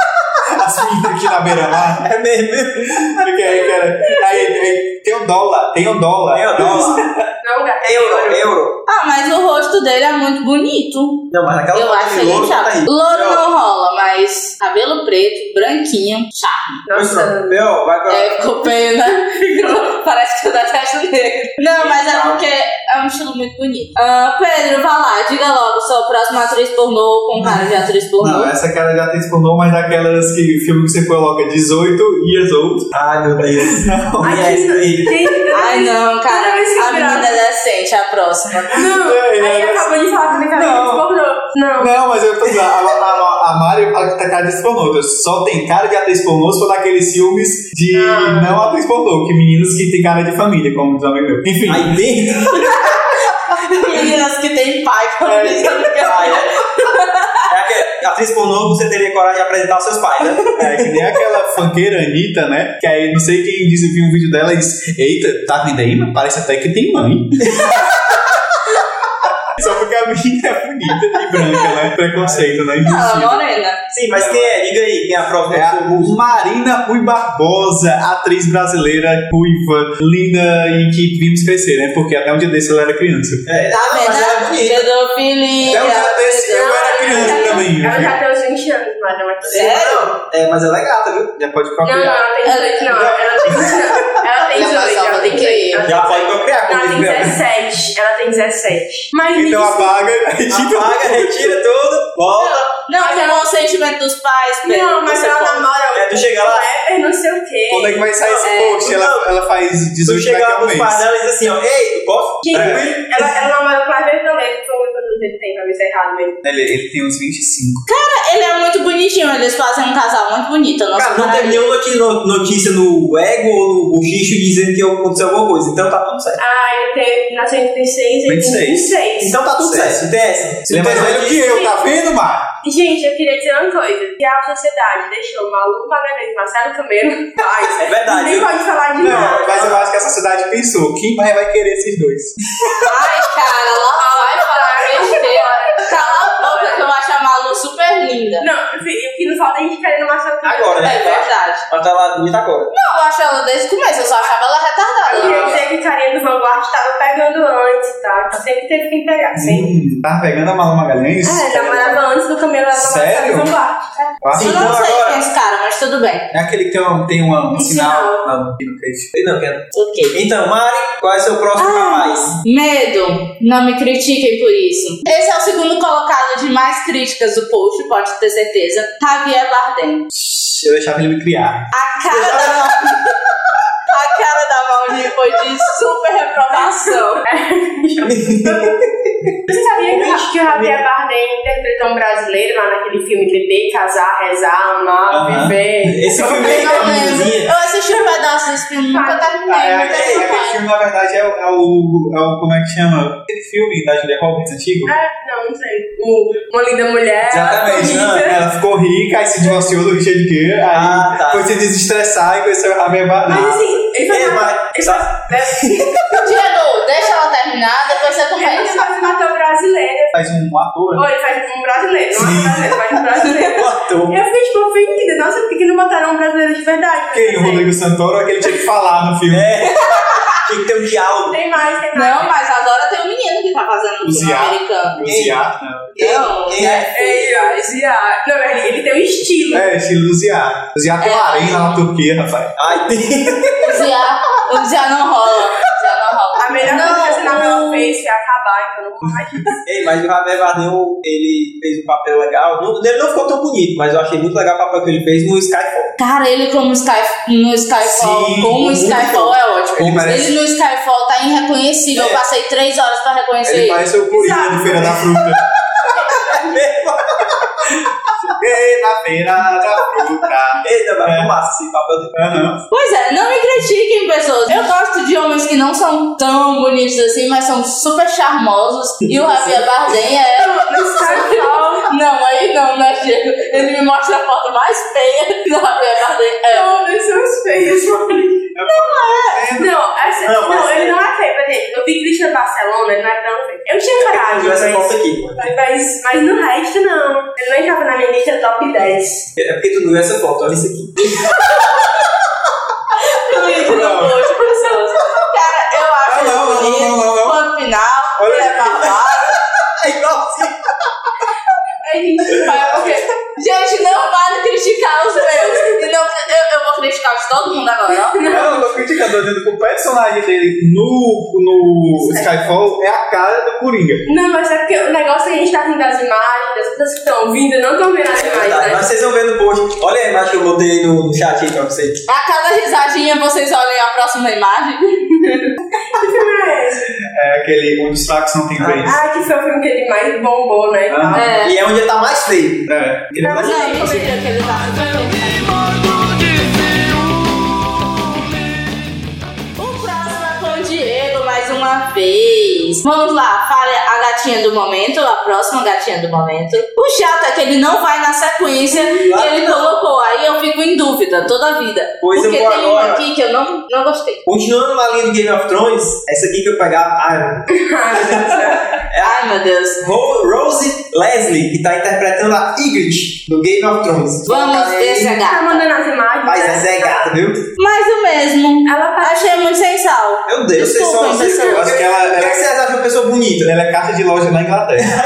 S3: as fitas aqui na beira-mar.
S2: É mesmo.
S3: Porque aí, cara, aí, ele- ele- tem um dólar, tem um dólar.
S2: Meu dólar.
S4: Não, gato.
S2: Euro, euro.
S1: Ah, mas o rosto dele é muito bonito.
S2: Não, mas aquela
S1: Eu
S2: foto
S1: acho
S2: de
S1: ele
S2: louro tá
S1: chato.
S2: aí.
S1: Louro
S2: Pior,
S1: não rola, mas cabelo preto, branquinho, charme.
S4: Nossa.
S2: Meu, vai pra...
S1: É, ficou bem, né? Ficou- Parece que eu detesto negro. Não, mas é porque é um estilo muito bonito. Ah, Pedro, vai lá, diga logo sua próxima atriz pornô com cara de atriz pornô.
S2: é
S3: Não, essa cara já tem explodiu, mas daquelas que filme que você coloca 18 years old.
S2: Ai, meu Deus.
S3: Não.
S2: E é isso aí.
S4: Gente,
S1: Ai não, cara,
S4: Ai, esse
S1: a menina
S4: braço.
S1: é decente, a próxima.
S4: Não,
S3: É, é,
S4: aí
S3: é.
S4: acabou de falar que minha cara
S3: Não.
S4: não explorou. Não.
S3: Não, mas eu tô dizendo, a, a, a- a Mari fala que tá cara de atriz pornô. Só tem cara de atriz pornô se for daqueles filmes de
S2: Ah.
S3: não atriz um pornô, que meninos que tem cara de família, como diz o amigo meu. Enfim.
S2: Aí dentro.
S1: meninas que têm pai quando brincam com ela.
S2: É aquele, atriz pornô, você teria coragem de apresentar aos seus pais, né?
S3: É, que nem aquela funkeira Anitta, né? Que aí não sei quem disse, eu vi um vídeo dela e disse: Eita, tá vendo aí? Mas Parece até que tem mãe. Só porque a menina é bonita e branca, né? Preconceito, né?
S1: Ela
S3: Impossível.
S1: morena.
S2: Sim, mas quem é? Diga aí, quem é a próxima
S3: É
S2: pessoa?
S3: a Marina Rui Barbosa, atriz brasileira, ruiva, linda e que vimos crescer, né? Porque até um dia desse ela era criança.
S2: É,
S1: Tá
S2: não, mas ela é
S1: vendo?
S2: bonita.
S1: Pedofilia.
S3: Até um dia desse eu era criança também.
S4: Ela
S3: viu?
S4: já tem uns 20 anos, mas não é
S2: Sério? É, mas ela é gata, viu?
S3: Já pode
S4: Não, não,
S3: procurar.
S4: ela tem 18, não. Ela tem 18. Ela tem
S1: Ela é mais
S4: 18.
S1: nova
S4: Ela tem
S1: do que
S4: 18.
S1: eu.
S2: Já pode procriar
S4: Ela tem
S2: comigo, né?
S4: 17. Ela tem 17. Mas me
S3: Então
S4: diz-
S3: apaga, retira.
S2: Apaga, retira tudo, volta.
S1: Não, mas
S9: um
S1: é o sentimento dos pais, Pedro.
S4: Não, mas
S1: Você
S4: ela
S1: pode-
S4: namora
S2: É, tu chega lá,
S4: rapper, não sei o quê.
S3: Quando é que vai sair esse
S2: É,
S3: post? Ela, ela faz
S2: tu
S3: 18
S2: chega
S3: daqui
S2: lá
S3: a um
S2: pros
S3: mês. É.
S2: pais dela e diz assim, ó, ei, eu posso?
S4: Gente,
S2: Tranquilo?
S4: ela, ela namora o Kleber também, que foi muito anos ele tem, pra ver se é errado mesmo.
S3: Ele, ele tem uns 25.
S9: Ele é muito bonitinho, eles fazem um casal muito bonito. a Nossa,
S2: Cara, não teve
S9: maravilha.
S2: nenhuma noti- no- notícia no ego ou no bochicho dizendo que aconteceu alguma coisa. Então tá tudo certo.
S4: Ah, ele tem, nasceu em 36 e
S3: 26.
S4: 26.
S2: Então tá tudo certo. Não tem essa. Então, Se
S3: Ele é
S2: não
S3: mais
S2: tem
S3: velho que
S2: notícia-
S3: eu, tá vendo, Mar?
S4: Gente, eu queria dizer uma coisa. Que a sociedade deixou um o Malu Magalhães e Marcelo Camelo.
S2: Mas, é verdade.
S4: Ninguém
S2: viu?
S4: pode falar de
S3: Não, é
S4: nada.
S3: mas eu acho que essa cidade pensou. Quem mais vai querer esses dois?
S9: Ai, cara, lá vai falar besteira. Cala a boca que eu acho a Malu super linda.
S4: Não, eu fi- o que não falta é a gente querendo Marcelo Camelo.
S2: Agora,
S9: É
S2: né?
S9: verdade.
S2: Ela tá lá bonita agora.
S9: Não, eu acho ela desde o começo, eu só achava ela
S4: Eu
S9: retardada.
S4: queria dizer que o carinha do Vanguard tava pegando antes, tá? Que Sempre teve quem pegar, sempre.
S3: Hum, tá pegando a Malu Magalhães?
S2: É,
S4: Ah, ele namorava antes do Camelo, ela namorava
S3: Sério?
S4: do Vanguard, tá?
S3: Eu acho
S9: Eu
S3: que
S9: não
S2: Então,
S9: sei
S2: agora-
S9: quem é esse cara, mas tudo bem.
S3: É aquele que tem, um, tem uma- um
S4: Um
S3: sinal
S4: sinal.
S3: na no peito.
S2: Ei, Não, Ken.
S9: Ok.
S2: Então, Mari, qual é o seu próximo rapaz?
S9: Medo, não me critiquem por isso. Esse é o segundo colocado de mais críticas do post, pode ter certeza. Javier Bardem.
S3: Eu deixava ele me criar.
S9: A cara da Mauni, a cara da Mauni foi de super reprovação.
S4: Você É. sabia que, que o Javier Bardem interpretou um brasileiro lá naquele filme Beber, Casar, Rezar, Amar,
S2: Aham.
S4: Viver?
S2: Esse é foi meio
S9: Eu lembro.
S2: caminhozinha.
S9: Eu assisti o pedaço desse filme, nunca terminei.
S3: É,
S9: não
S3: aquele,
S9: terminei.
S3: aquele filme, na verdade, é, o- é o, é o. Como é que chama? Aquele filme da Julia Roberts antigo?
S4: Ah, não, não sei. O- uma linda
S2: É,
S4: mulher.
S2: tá
S3: Exatamente,
S4: bonita.
S3: né? Ela ficou rica, aí se divorciou do Richard Gere, aí
S2: Ah, tá.
S3: foi se desestressar e conheceu a minha
S4: Mas
S3: barriga.
S4: assim, ele foi.
S2: Ei, Mari,
S4: Ele foi.
S2: sabe?
S9: Diego, deixa ela terminar, depois você
S2: tá-
S4: Ele
S9: começa.
S4: não faz um ator brasileiro.
S3: Faz um ator.
S4: Ou ele faz um brasileiro, não é um brasileiro, faz um brasileiro.
S2: Um ator.
S4: Eu fiquei tipo ofendida. Nossa, por que que não botaram um brasileiro de verdade?
S3: Quem? O
S4: Não sei.
S3: Rodrigo Santoro, aquele que tinha que falar no filme.
S2: É. Tem que ter um diálogo.
S4: Tem mais, tem mais.
S9: Não, mas agora tem um menino que tá fazendo um
S3: O
S9: filme
S3: Ziá.
S9: americano.
S3: O Ziá, não.
S9: Não,
S4: É,
S2: Ei,
S9: né?
S4: Ei, ai, Zia. é, Não, ele ele tem um estilo.
S3: É, estilo do Ziá. O Ziá tem
S2: É.
S3: uma arena na Turquia, rapaz.
S2: Ai, tem.
S9: O Ziá, o Ziá não rola. O Ziá não rola.
S4: A melhor
S9: não,
S4: coisa que a Sinabel
S9: o-
S4: fez foi acabar, então não mais.
S2: Ei, mas o Javier Bardem, ele fez um papel legal. Não- Ele não ficou tão bonito, mas eu achei muito legal o papel que ele fez no Skyfall.
S9: Cara, ele como Sky, no Skyfall,
S2: Sim,
S9: como
S2: muito
S9: Skyfall é ótimo.
S3: Ele
S9: Ele,
S3: parece-
S9: no Skyfall tá irreconhecível.
S2: É.
S9: Eu passei três horas pra reconhecer
S3: Ele
S9: ele.
S3: parece o Coringa
S4: Exato.
S3: do Feira da Fruta. Ei, na Feira da Fruta.
S2: Eita, mas
S3: É.
S2: é. massa esse papel dele.
S3: Aham.
S9: Pois é, não me critiquem, pessoas. Eu gosto de homens que não são tão bonitos assim, mas são super charmosos. E o Javier Bardem é. Não, aí não, né, Diego? Ele me mostra a foto mais feia do Javier Bardem. É.
S4: Todos seus feios, mano.
S3: é assim,
S4: Não, essa,
S2: Não,
S4: não,
S2: mas-
S4: ele não é feio. Peraí, eu vi Christian Barcelona, ele não é tão feio. Eu tinha
S2: Eu
S4: coragem,
S2: vi essa foto
S4: mas,
S2: aqui. pô.
S4: mas, mas no resto, não. Ele não entrava na minha lista top 10.
S2: É porque tu não viu essa foto, olha isso aqui.
S9: Lindo no post, pessoas. Cara, eu acho
S3: Ah, não, não,
S9: bonito.
S3: não, não, não.
S9: Ponto final.
S3: Olha
S9: ele é
S3: aí.
S9: babado.
S2: É igualzinho.
S4: A gente
S3: É
S4: vai porque...
S9: Gente, não vale criticar os meus. E não, eu, eu vou criticar os de todo mundo agora, ó.
S3: Não, eu tô criticando, eu tô dizendo que o personagem dele no, no Skyfall é a cara do Coringa.
S4: Não, mas é porque o negócio é que a gente tá rindo das imagens, das pessoas que estão vindo não estão vendo as
S2: É
S4: imagens.
S2: verdade,
S4: né?
S2: mas vocês vão ver no post. Olha a imagem que eu botei no chat aí pra vocês.
S9: A cada risadinha vocês olhem a próxima imagem.
S4: Que filme é esse?
S3: É aquele onde os fracos não têm vez.
S4: Ah, que foi o filme que ele mais bombou, né? e tal.
S3: Ah.
S9: É.
S2: E é onde ele tá mais feio. tá
S3: É. Ele
S9: Mas não, mentira, que ele tá O próximo é com o Diego mais uma vez.
S1: feliz. Vamos lá, para a gatinha do momento, a próxima gatinha do momento. O chato é que ele não vai na sequência que ele colocou. Aí eu fico em dúvida toda a vida.
S2: Pois eu
S1: porque
S2: vou
S1: tem
S2: agora.
S1: uma aqui que eu não, não gostei.
S2: Continuando na linha do Game of Thrones, essa aqui que eu pegava. Ah, É
S1: Ai, meu Deus.
S2: Ro- Rose Leslie, que tá interpretando a Ygritte no Game of Thrones.
S1: Vamos ver se é
S4: Tá
S1: gato.
S4: mandando as imagens.
S2: Mas
S4: né?
S2: essa é gata, viu?
S1: Mais o mesmo.
S4: Ela parece.
S1: Achei muito sem sal.
S2: Meu Deus, vocês
S1: Desculpa,
S2: são. Vocês,
S1: pessoal.
S2: eu acho que ela,
S3: é
S2: ela... O que vocês acham de uma pessoa bonita?
S3: Ela é caixa de loja na Inglaterra.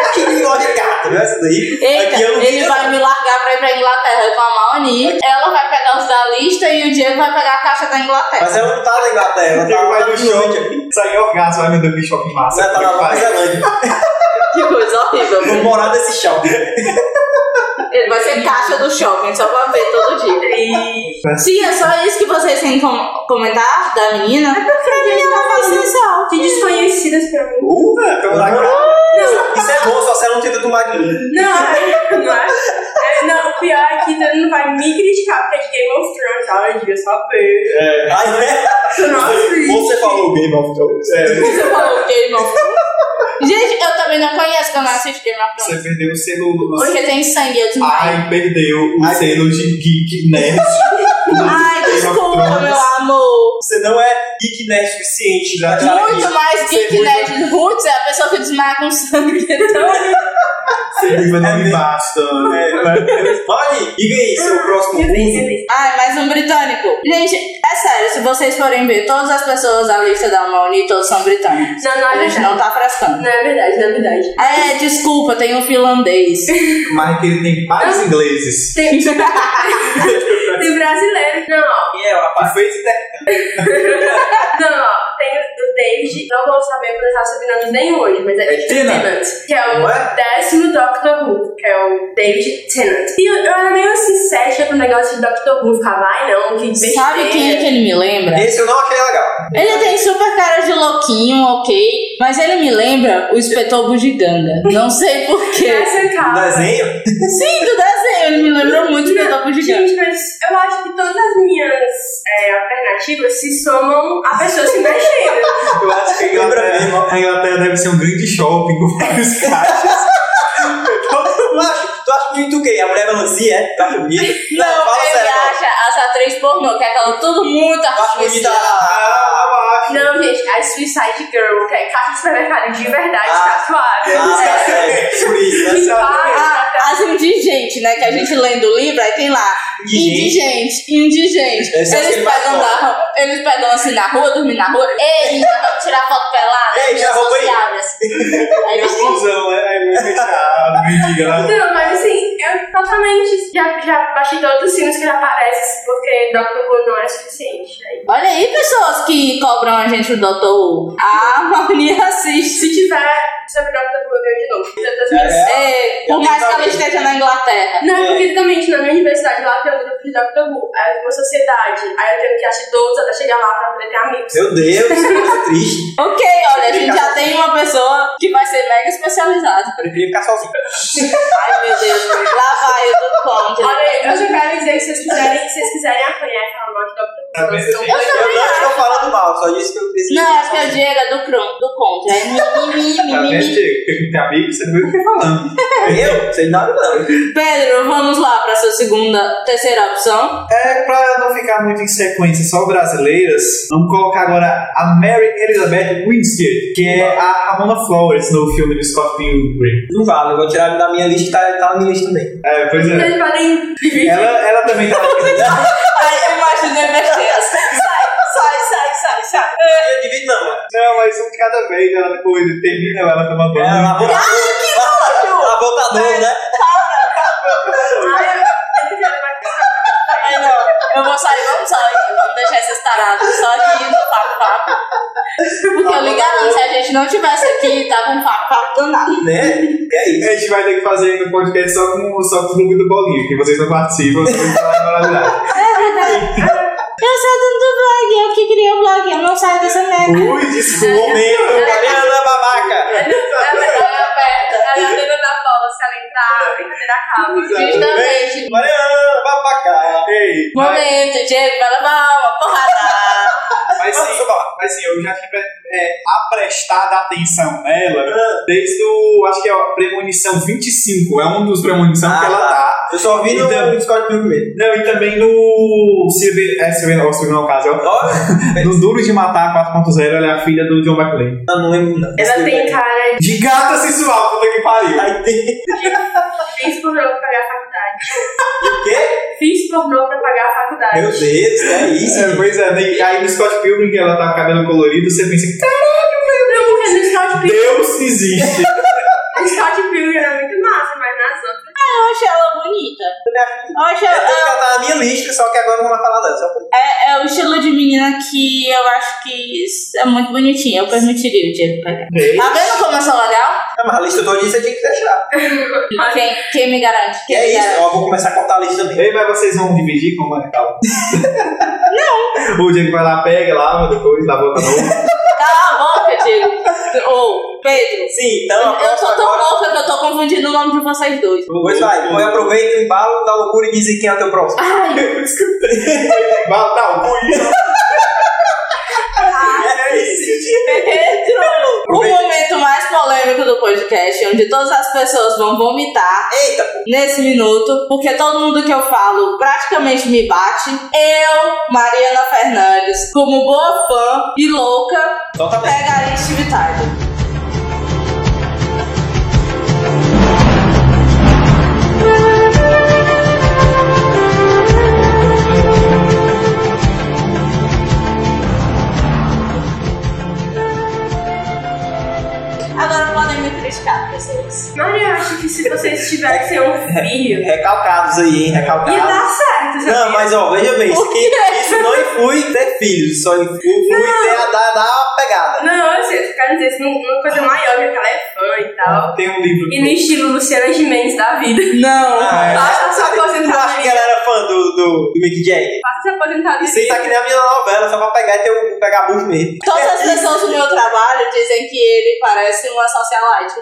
S2: Aqui tem loja gata, viu? né, Essa daí.
S1: Eita,
S2: aqui eu não vi
S1: ele
S2: essa-
S1: vai me largar pra ir pra Inglaterra com a Maoni. Ela vai pegar os da lista e o Diego vai pegar a caixa da Inglaterra.
S2: Mas ela não tá na Inglaterra, ela tá
S3: Ela
S2: lá
S3: vai
S2: no
S3: do
S2: choque.
S3: shopping. Sai é orgasmo, ai meu Deus, que shopping massa.
S2: Ela tá na Nova Zelândia.
S1: Que coisa horrível.
S2: Vou morar nesse shopping.
S1: Ele vai ser caixa do shopping, só pra ver todo dia. Sim, é só isso que vocês têm com comentar da menina. É porque a menina tá fazendo sal.
S4: De desconhecidas pra mim.
S2: Uh, tamo na cara. Isso é bom, só se ela não tenta tomar grilo.
S4: Não, é- não é. é. Não, o pior é que tu não vai me criticar, porque é Game of Thrones. Ah, eu devia saber.
S2: É. Aí, né?
S4: Nossa,
S2: Você falou Game of Thrones. É.
S1: Você falou o que, irmão? Gente, eu também não conheço, que eu não assisti Game of Thrones.
S3: Você perdeu o selo.
S1: Porque tem sangue, eu desmaio.
S3: Ai, perdeu o selo de geek nerd.
S1: Ai, desculpa, meu amor.
S2: Você não é geek nerd suficiente pra achar
S1: Muito
S2: isso.
S1: mais
S2: Você é
S1: geek
S2: muito-
S1: nerd roots é a pessoa que desmaia com sangue. Então,
S3: Você viva não me basta. né?
S2: Olha, diga aí, seu próximo mundo.
S1: Ai, mais um britânico. Gente, é sério, se vocês forem ver, todas as pessoas da lista da Maoni, todos são britânicos.
S4: Não, não é
S1: A gente não
S4: verdade.
S1: tá frescando.
S4: Não é verdade, não é verdade.
S1: É, desculpa, tem um finlandês.
S3: Mas que ele tem pais ingleses.
S4: Tem, tem um brasileiro. Não, ó.
S2: Quem é o rapaz?
S3: Feito até
S4: Não, ó. Tem o David. Não vou saber pronunciar sobrenomes nem hoje, mas é
S2: Tennant.
S4: Que é
S2: Não
S4: o
S2: é?
S4: décimo Doctor Who. Que é o David Tennant. E eu, eu era meio assim, cética com o negócio de Doctor Who. Ficava, ai não, que besteira.
S1: Sabe quem é que ele me lembra?
S2: Esse eu não achei legal.
S1: Ele tem super cara de louquinho, ok. Mas ele me lembra o inspetor bugiganga. Não sei porquê.
S4: Essa
S2: O
S4: cara.
S2: desenho?
S1: Sim, do desenho. Ele me lembrou muito o inspetor bugiganga.
S4: Gente, mas eu acho que todas as minhas é, alternativas se somam a pessoas se mexendo.
S3: Eu acho que a Inglaterra, a Inglaterra deve ser um grande shopping com vários caixas.
S2: Tu acha, tu acha bonito o quê? A mulher melancia, é? Tu acha bonita?
S1: Não,
S2: fala
S1: ele
S2: sério.
S1: acha as atrizes pornô, que é aquela tudo muito
S2: Tu acha bonita
S1: artificial.
S2: a... a-
S4: Não, gente, a Suicide Girl, que é caixa de supermercado de verdade,
S2: Ah.
S4: tatuada.
S2: Ah, tá
S4: É.
S2: certo. Por isso, né?
S4: Que vai,
S1: Ah, as indigentes, né? Que a gente lendo o livro, aí tem lá. Indigente, indigente.
S2: Deve
S1: Eles
S2: ser assim,
S1: pegam,
S2: mais
S1: da, eles pegam assim na rua, dormir na rua. Ei, menina, vamos tirar foto pelada.
S2: Ei, tira a roupa aí.
S1: aí.
S3: É
S1: eles-
S3: fusão, é, é muito fechado, mendiga.
S4: Não, mas assim, eu totalmente já, já baixei todos os sinos que já aparecem, porque Dr. Who não é suficiente. Aí,
S1: Olha aí, pessoas que cobram a gente o Dr. Who. A Maria
S4: se
S1: assiste.
S4: tiver sobre Dr. Who, eu vejo de novo. Então, Todas as minhas-
S1: É, por mais que ela esteja na Inglaterra.
S4: Não, é porque também na minha universidade lá tem um grupo de Dr. Who, aí eu tenho uma sociedade, aí eu tenho que achar todos até chegar lá pra poder ter amigos.
S2: Meu Deus, que coisa triste.
S1: Ok, olha, a gente já tem uma pessoa que vai ser mega especializada.
S2: Preferia ficar sozinho.
S1: Ai, meu Deus, lá vai eu do conto.
S4: Olha, eu já quero dizer que se vocês quiserem, se vocês quiserem apanhar e falar mal de Dr.
S3: Tá
S4: Who, vocês estão
S2: Eu não estou falando mal, só disse que eu preciso.
S1: Não,
S2: ficar
S1: acho que é o
S2: sozinho.
S1: Diego é do, cron, do conto. É mimimi,
S3: Tá vendo,
S1: mimimi.
S3: Diego? Porque não tem amigo, você não vê o que eu tô falando.
S2: Eu? Sei nada, não.
S1: Pedro, vamos lá pra sua segunda, terceira opção.
S3: É, pra não ficar muito em sequência só brasileiras, vamos colocar agora a Mary Elizabeth Winstead, que é a Ramona Flowers no filme do Scott Pilgrim.
S2: Não vale, eu vou tirar da minha lista, tá, tá na minha lista também.
S3: É, pois é.
S4: Vocês podem
S3: Ela, ela também tá.
S1: Aí eu imaginei besteira. Sai, sai, sai, sai, sai.
S2: Eu divido, não.
S3: Não, mas um de cada vez, ela depois termina, ela toma
S2: É,
S3: banho.
S2: lavou que nojo! Lavou tá doido, né?
S1: Ai, não. Eu vou sair, vamos sair. Vamos deixar esses tarados só aqui no papo-papo. Porque eu lhe garanto, se a gente não tivesse aqui, tava um papo-papo danado.
S2: Né? E aí?
S3: A gente vai ter que fazer no podcast só com, só com o clube do Bolinha, que vocês não participam, vocês não falam moralidade.
S1: É Eu sou dono do blog, eu que criei o blog, eu não saio dessa merda.
S3: Ui, desculpa!
S2: Momento, cabelo da babaca!
S4: Ela é aberta, ela é a dona da bola, se ela entrar, a brincadeira acaba.
S1: Justamente.
S2: Mariana, babaca!
S3: Ei, mas,
S1: é Momento, Diego, vai levar uma porrada.
S3: mas sim,
S2: Vamos falar.
S3: mas assim, eu já tive é, aprestado atenção
S1: Ah.
S3: nela desde o, acho que é a premonição 25, é um dos premonição
S2: Ah,
S3: que ela
S2: tá.
S3: tá.
S2: Eu só vi no
S3: Então-
S2: Scott Pilgrim mesmo.
S3: Não, e também no Silver, é, Silver, não, Silver não é o caso, é o- no Duro de Matar 4.0, ela é a filha do John McClane.
S2: Não, não lembro não.
S4: Ela tem cara
S3: De gata sensual, puta que pariu.
S2: Aí tem...
S4: de fiz pornô pra pagar a faculdade.
S2: O quê?
S4: Fiz pornô pra pagar a faculdade.
S2: Meu Deus, é isso.
S3: É, pois é, né? E aí no Scott Pilgrim, que ela tá com cabelo colorido, você pensa,
S4: Não, porque no Scott Pilgrim,
S3: Deus existe.
S4: no Scott Pilgrim era muito massa, mas nas outras...
S1: Eu achei ela bonita. Eu achei
S2: Eu acho
S1: ela-
S2: que ela tá na minha lista, só que agora não vai falar dela. Só por...
S1: é, é o estilo de menina que eu acho que é muito bonitinha. Eu permitiria o Diego pegar. Tá vendo como eu sou legal?
S2: Não, É, mas a lista toda você tinha que deixar.
S1: Quem, quem me garante?
S2: Que
S1: Quem me
S2: é isso,
S1: garante?
S2: ó, vou começar a contar a lista mesmo.
S3: Ei, mas vocês vão dividir com o Manical? Não. O Diego vai lá, pega, lava depois, lava outra mão.
S1: Cala a boca, Tá Diego. Ô, Pedro.
S2: Sim, então a
S1: Eu
S2: próxima
S1: sou tão
S2: agora...
S1: louca que eu tô confundindo o nome de vocês dois.
S2: Pois vai, põe aproveita o embalo, dá loucura e diz quem é o teu próximo.
S1: Ai,
S3: Vai dar o cu.
S2: É esse.
S1: Pedro! O momento mais polêmico do podcast, onde todas as pessoas vão vomitar
S2: Eita, pô.
S1: nesse minuto, porque todo mundo que eu falo praticamente me bate. Eu, Mariana Fernandes, como boa fã e louca,
S2: Solta a merda.
S1: pegaria Steve Tarde. Agora podem me criticar, pessoas.
S4: Mas eu acho que se vocês tivessem um filho,
S2: Recalcados aí, hein?
S4: ia
S2: Recalcados.
S4: dar certo, sabe?
S2: Ah. Não, mas ó, veja bem, isso,
S1: Por
S2: aqui,
S1: quê?
S2: isso não influi ter filhos, só influi ter a dar, dar uma pegada.
S4: Não, eu sei, eu quero dizer, assim, uma coisa maior, já que ela é fã e tal.
S3: Tem um livro.
S4: E no estilo Luciana Gimenez da vida.
S1: Não!
S2: Ah,
S4: Basta se
S2: sabe que tu
S4: aposentar,
S2: acha que ela era fã do, do, do Mick Jagger?
S4: Passa se aposentar de
S2: Você tá que nem a minha novela, só pra pegar e ter o vagabundo mesmo.
S1: Todas as pessoas do meu trabalho dizem que ele parece uma socialite.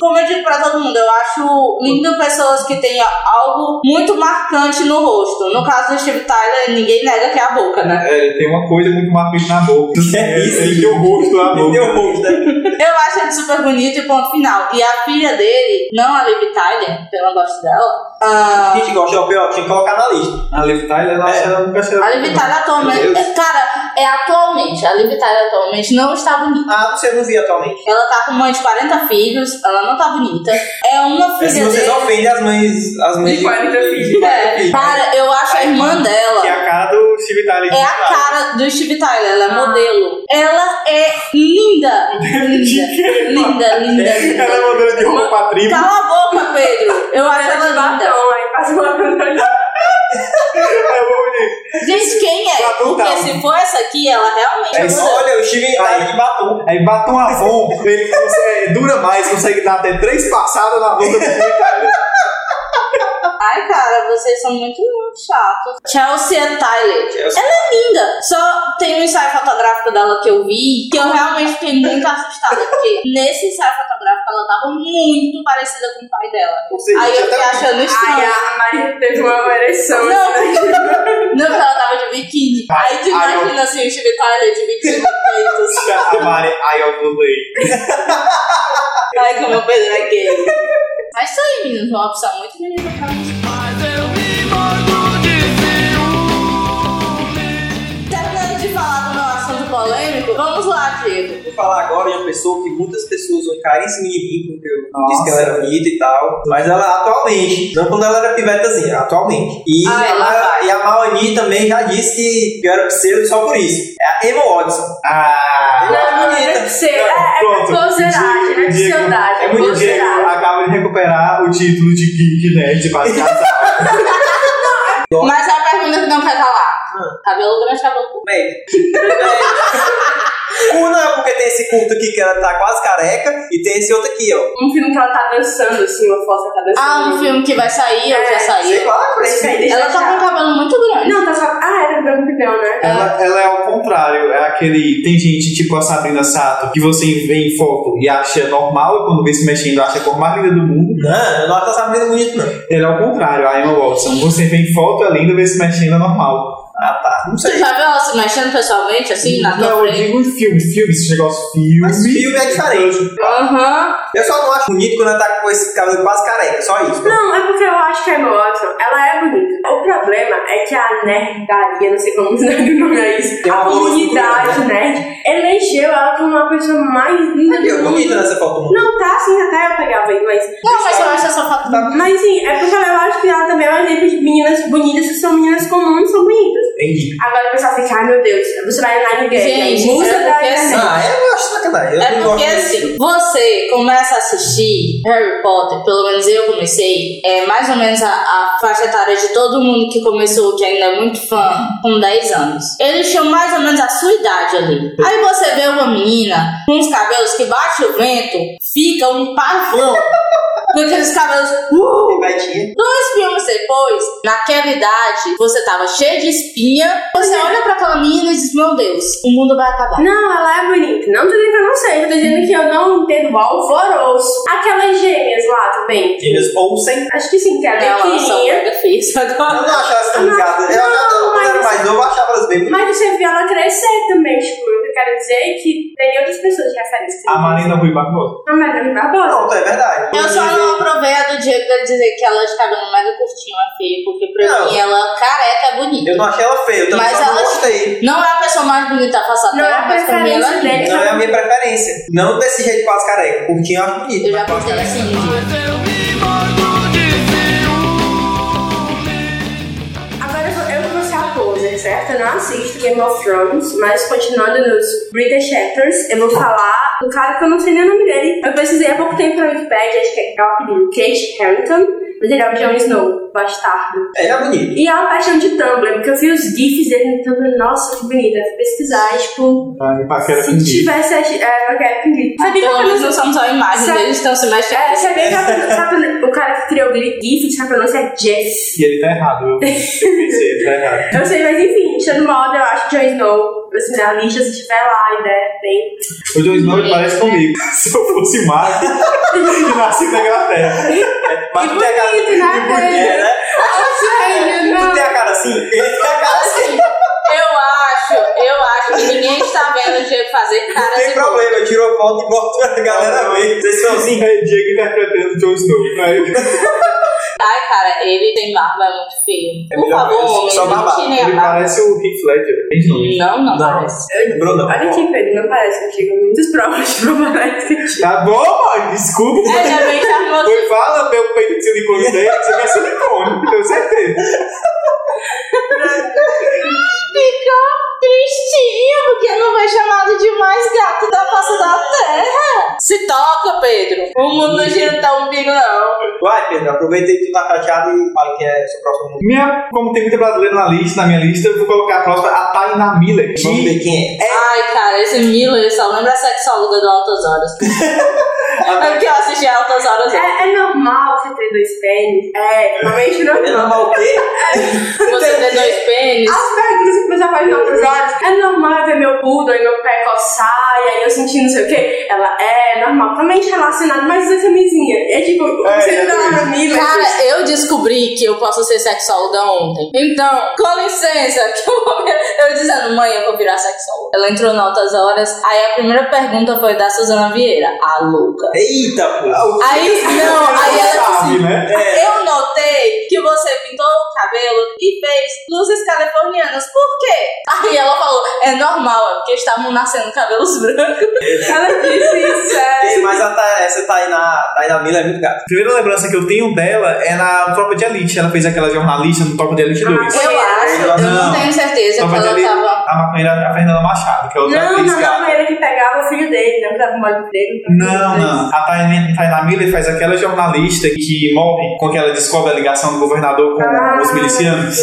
S1: Como eu digo pra todo mundo, eu acho lindo pessoas que têm algo muito marcante no rosto. No caso do Steve Tyler, ninguém nega que é a boca, né?
S3: É, tem uma coisa muito marcante na boca.
S2: É isso.
S3: Ele tem o rosto na
S2: Ele tem
S3: boca.
S2: o rosto, né?
S1: Eu acho ele super bonito e ponto final. E a filha dele, não a Liv Tyler, que eu não gosto dela, ah,
S2: A gente gosta, ó, pior, tinha que colocar na lista.
S3: A Liv Tyler, ela
S2: É.
S3: ela nunca achou.
S1: a Liv Tyler atualmente. é, Cara, é atualmente. A Liv Tyler atualmente não está bonita.
S2: Ah, você não viu atualmente.
S1: Ela tá com mãe de 40 filhos, ela não tá bonita. É uma
S2: É
S1: filha
S2: se vocês
S9: né?
S1: dele.
S2: ofendem as mães. As mães
S4: De 40 filhos.
S2: de 40
S1: É,
S2: filhos.
S1: cara, eu acho a irmã
S3: Que é
S1: dela
S3: a cara do Steve Tyler.
S1: é a cara do Steve Tyler, ela é modelo. Ela é linda, linda, linda, linda,
S3: Ela
S1: linda.
S3: é modelo de roupa pra tribo.
S4: Tá.
S1: Cala a boca, Pedro. Eu
S4: Ela
S1: acho
S4: de
S1: ela linda.
S4: batom, aí passa uma
S3: É, eu vou dizer.
S1: Gente, quem é?
S3: Batom
S1: Porque
S3: down.
S1: se for essa aqui, ela realmente é
S3: É isso.
S1: modelo.
S2: Olha, eu estive em Itália de batom.
S3: Aí batom Avon, ele consegue- é, dura mais, consegue dar até três passadas na boca do Steve Tyler.
S1: Ai, cara, vocês são muito, muito chatos. Chelsea Tyler.
S2: Chelsea.
S1: Ela é linda. Só tem um ensaio fotográfico dela que eu vi que eu realmente fiquei muito assustada. Porque nesse ensaio fotográfico ela tava muito parecida com o pai dela.
S2: Ou seja,
S1: Aí eu
S2: tinha
S1: fiquei
S2: até um-
S1: achando
S4: Ai,
S1: estranho.
S4: a Maria teve uma ereção. né?
S1: Não, não, porque ela tava de biquíni.
S2: Tá.
S3: Ai,
S1: Aí tu
S2: Ah,
S3: ai,
S1: imagina assim, o Steve Tyler de biquíni peito. assim.
S3: A Mari, I of the Day.
S1: Ai, como eu Pedro é gay. Mas isso aí, meninos, uma opção muito bonita pra mim. né? Terminando de falar do meu assunto polêmico, vamos lá, Diego.
S2: Vou falar agora de uma pessoa que muitas pessoas vão cair em cima de mim, porque eu
S3: Nossa.
S2: disse que ela era bonita e tal. Mas ela atualmente, não quando ela era pivetazinha, atualmente. E,
S1: Ah,
S2: a,
S1: ela
S2: Ma- e a Maoni também já disse que, que eu era pseudo só por isso. É a Emma Watson.
S3: Ah!
S2: Eu acho
S4: Não,
S2: bonita.
S4: é ser, é, é
S3: Pronto.
S4: closeragem, é
S3: Diego, Diego,
S4: pseudagem, é
S3: É muito Diego
S4: closeragem.
S3: acaba de recuperar o título de Geek Nerd para casar.
S1: Mas a pergunta que não quer calar. Cabelo grande, cabelo curto.
S2: Médio. É. Uma é porque tem esse culto aqui que ela tá quase careca, e tem esse outro aqui, ó.
S4: Um filme que ela tá dançando, assim, uma foto que ela tá
S1: Ah,
S4: dançando.
S1: um filme que vai sair, eu já
S2: Sei
S1: saí.
S2: lá, por
S4: Esse aí
S2: isso.
S4: deixa
S1: Ela tá
S4: achar.
S1: com um cabelo muito grande.
S4: Não, tá só... Ah, era branco e branco, né?
S3: Ela, ela é ao contrário, é aquele. Tem gente tipo a Sabrina Sato que você vê em foto e acha normal, e quando vê se mexendo acha a cor mais linda do mundo.
S2: Não, eu não acho essa menina bonita, não.
S3: Ela é ao contrário, a Emma Watson. Você vê em foto, é linda, vê se mexendo, é normal.
S2: Ah, tá. barato. Não
S1: Tu
S2: sei.
S1: já viu ela se mexendo pessoalmente, assim, na tua
S3: Não, eu
S1: frente?
S3: digo filme, filme, se chegar aos filmes.
S2: Mas filme é diferente.
S1: Aham.
S2: Eu só não acho bonito quando ela tá com esse cabelo quase careca, só isso.
S4: Não, é porque eu acho que a Emma Watson, ela é bonita. O problema é que a nerdaria, não sei como os nerds nomeam isso,
S2: Tem
S4: a
S2: uma
S4: comunidade nerd, elegeu ela como uma pessoa mais linda
S2: Aqui, ó,
S4: do
S2: bonita né?
S4: mundo.
S2: nessa foto. muito.
S4: Não, tá assim, até eu pegava aí, mas...
S1: Não, mas eu acho essa foto da...
S4: Mas sim, é porque eu acho que ela também é um exemplo de meninas bonitas que são meninas comuns são bonitas.
S2: Entendi.
S4: Agora o pessoal fica, ai meu Deus, você vai na ninguém.
S1: Gente,
S4: né? Musa
S1: é
S4: da
S1: porque
S4: internet.
S1: assim,
S2: Ah, eu acho sacanagem. Eu
S1: É
S2: não gosto tipo
S1: porque
S2: muito.
S1: assim, você começa a assistir Harry Potter, pelo menos eu comecei, é mais ou menos a, a faixa etária de todo mundo que começou, que ainda é muito fã, com 10 anos. Eles tinham mais ou menos a sua idade ali. Aí você vê uma menina com uns cabelos que bate o vento, fica um pavão. Com aqueles cabelos. uh,
S2: Pivetinha.
S1: Dois filmes depois, naquela idade, você tava cheio de espinha. Você olha pra aquela menina e diz: Meu Deus, o mundo vai acabar.
S4: Não, ela é bonita. Não tô dizendo que eu não sei, eu tô dizendo que eu não entendo o alvoroço. Aquelas gêmeas lá também.
S2: Eles Olsen.
S4: Acho que sim, que é era
S1: Ela são
S4: pequenininha.
S1: mega feias
S2: Eu
S1: agora.
S2: não achava elas
S1: Ah,
S2: tão
S4: Não,
S2: ligadas. Eu
S4: não,
S2: achava elas quando era
S4: mas-
S2: mais novo, eu achava elas bem bonitas.
S4: Mas você viu ela crescer também, tipo, eu quero dizer que tem outras pessoas de referência.
S3: A Marina Rui Barbosa.
S4: A Marina Barbosa.
S2: Pronto, é verdade.
S1: Eu só não aprovei a do Diego dele dizer que ela de cabelo mega curtinho é feia, porque pra
S2: Não.
S1: mim ela careca é bonita.
S2: Eu não achei ela feia, eu também
S1: Mas
S2: só não
S1: ela-
S2: gostei.
S1: Não é a pessoa mais bonita passada,
S4: Não é a
S1: mas pra mim ela é
S4: preferência
S1: linda.
S4: dele.
S2: Não é a minha preferência. Não desse jeito quase careca. Curtinho eu acho bonito.
S1: Eu já
S2: mas quase
S1: gostei
S2: careca.
S1: assim, gente.
S4: Agora eu vou- eu vou ser a poser, certo? Eu não assisto Game of Thrones, mas continuando nos British Actors, eu vou falar do cara que eu não sei nem o nome dele. Eu pesquisei há pouco tempo na Wikipedia, acho que é o apelido Kate Harrington, mas ele é o Jon Snow, bastardo.
S2: É, é bonito.
S4: E é uma paixão de Tumblr, porque eu vi os GIFs dele no Tumblr, nossa, que bonita. Eu fui pesquisar, e, tipo,
S3: Ah, me paquera
S4: se
S3: fingido.
S4: tivesse. ach- É, qualquer Sabia que eu
S1: Pelo menos
S4: conheço-
S1: não são só imagens,
S4: Sabe-
S1: eles estão se mexendo.
S4: É, sabia que a- sabe o cara que criou o GIF de Sacanagem é Jeff.
S3: E ele tá errado, eu eu pensei, ele tá errado.
S4: Eu sei, mas enfim, tirando moda, eu acho que Jon Snow, assim, na lista, se tiver lá, a ideia tem.
S3: O Jon Snow ele parece comigo. Se eu fosse mago, e nasci na Inglaterra.
S2: Mas tu tem a cara
S4: bonito, né?
S2: E bonito, né?
S1: É.
S4: Ai,
S2: Tu tem a cara assim? Ele tem a cara assim.
S1: Assim, eu acho, eu acho que ninguém está vendo o Diego fazer
S2: Não
S1: caras
S2: tem
S1: e
S2: problema, eu tiro a foto e boto pra galera ver. Vocês são assim?
S3: É Diego interpretando o Jon Snow. né? Aí,
S1: Ai, cara, ele tem barba, é muito feio.
S2: É
S1: Por
S2: melhor
S1: favor,
S2: mesmo,
S1: homem,
S2: só
S1: não
S2: babado.
S1: tirem a
S3: ele
S1: barba.
S3: parece o Heath Ledger. Tem nome.
S1: Não, não, parece.
S2: Lembrou, não.
S4: Olha aqui, Pedro, não parece contigo. Muitas provas de não parece contigo.
S3: Tá bom, mano, desculpa.
S1: É, já bem charmoso.
S3: Foi fala meu peito de silicone dele, que você vai silicone, tenho certeza.
S1: Ficou tristinho, porque não foi chamado de mais gato da face da terra. Se toca, Pedro. O mundo não gira tão umbigo, não.
S2: Vai, Pedro, aproveita aí que tu tá chateado e fala que é seu próximo nome.
S3: Minha, como tem muita brasileira na lista, na minha lista, eu vou colocar a próxima, a Taina Miller.
S2: Vamos ver
S3: Que
S2: quem é.
S1: Ai, cara, esse Miller só lembra a sexóloga do Altas Horas. é porque eu assisti a Altas Horas. hoje.
S4: É, é normal você ter dois pênis? É, realmente
S2: É
S4: normal.
S2: normal o quê?
S1: Você tem dois pênis.
S4: As perguntas que o pessoal faz em outras horas. É normal ver meu pudo e meu pé coçar, e aí eu senti não sei o quê. Ela é normal, totalmente relacionado, mas usa camisinha. É tipo, você não dá na mila.
S1: Cara, eu descobri que eu posso ser sexóloga ontem. Então, com licença, que eu, vou- eu dizendo, mãe, eu vou virar sexóloga. Ela entrou em altas horas, aí a primeira pergunta foi da Suzana Vieira, a louca.
S2: é. Eita,
S3: Ah,
S2: pô. É.
S1: Aí, não, aí ela disse,
S3: sabe, né?
S1: Eu notei que você pintou o cabelo e fez luzes californianas. Por quê? Aí ela falou, é normal, é porque estavam nascendo cabelos brancos.
S3: É.
S4: Ela disse isso, é.
S2: É, Mas a Ta- essa Tainá, Tainá Miller é muito gata.
S3: A primeira lembrança que eu tenho dela é na Tropa de Elite. Ela fez aquela jornalista no Tropa de Elite 2.
S4: Eu
S1: acho,
S2: eu
S3: não Não. tenho
S1: certeza
S3: Tropa de Elite, a maconheira a Fernanda Machado, que é outra
S4: Não,
S3: atriz
S4: não,
S3: gata.
S4: não, era que pegava o filho dele, não tava com o dele.
S3: Não, não. A Taina Taina Miller faz aquela jornalista que morre com que ela descobre a ligação do governador com os milicianos.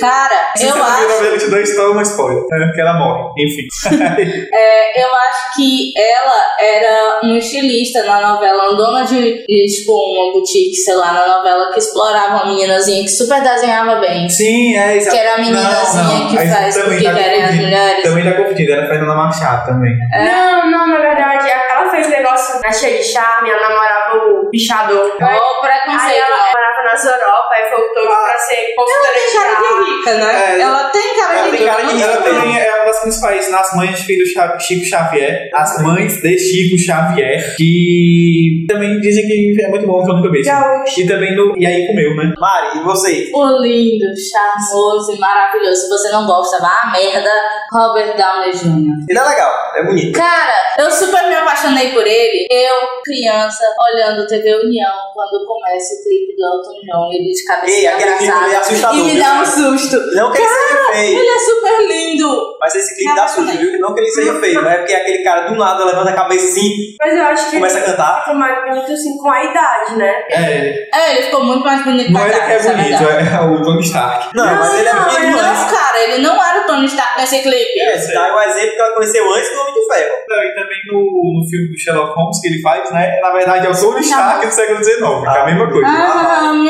S1: Cara,
S3: Se
S1: eu
S3: você não viu
S1: acho,
S3: a Elite 2, toma spoiler. É, porque ela morre. Enfim.
S1: é, eu acho que ela era um estilista na novela, uma dona de, de, tipo, uma boutique, sei lá, na novela que explorava uma meninazinha que super desenhava bem.
S3: Sim, é exato.
S1: Que era a meninazinha que faz o que querem as mulheres.
S3: tá Também tá confundindo, era a Fernanda Machado também.
S4: Não, não, na verdade, ela fez negócio na cheia de charme, ela namorava o bichador.
S1: Ó, o
S4: Aí
S1: preconceito.
S4: né? ela morava na nas Europa e voltou
S3: Ah.
S4: pra ser
S9: Ela
S4: consultora
S9: tem cara de rica, né?
S3: É.
S9: ela tem cara
S3: Ela
S9: de
S3: tem
S9: rica.
S3: cara de. Ela tem. É uma das principais. Nas mães filho Cha- Chico Xavier. As mães de Chico Xavier. Que também dizem que é muito bom que eu nunca vi.
S4: Gaúcho.
S3: E também no. E aí comeu, né?
S2: Mari, e você?
S1: O lindo, charmoso e maravilhoso. Se você não gosta, vá à merda, Robert Downey Jr.
S2: Ele é legal, é bonito.
S1: Cara, eu super me apaixonei por ele. Eu, criança, olhando TV União, quando começa o clipe do Elton John, ele de
S2: Ei,
S1: cabeça
S2: aquele clipe ali é
S1: abraçado.
S2: assustador.
S1: E me
S2: viu?
S1: dá um susto.
S2: Não que ele seja feio,
S1: Ele é super lindo.
S2: mas esse clipe dá susto, viu? Não que ele seja feio, mas é porque aquele cara do nada levanta a cabeça assim,
S4: Mas eu acho que
S2: começa a cantar.
S4: ficou mais bonito assim com a idade, né?
S3: É.
S1: É, ele ficou muito mais bonito
S3: Não
S1: pra
S3: é que
S1: cara,
S3: é bonito, é o Tony Stark.
S2: Não, mas ele é bonito
S4: ele
S2: demais.
S1: Não, cara, ele não era o Tony Stark nesse clipe.
S2: É, você dá um exemplo que ela conheceu antes do Homem de Ferro.
S3: Não, e também no, no filme do Sherlock Holmes que ele faz, né? Na verdade é o Tony Stark do século XIX, que é a mesma coisa.
S1: Ah, me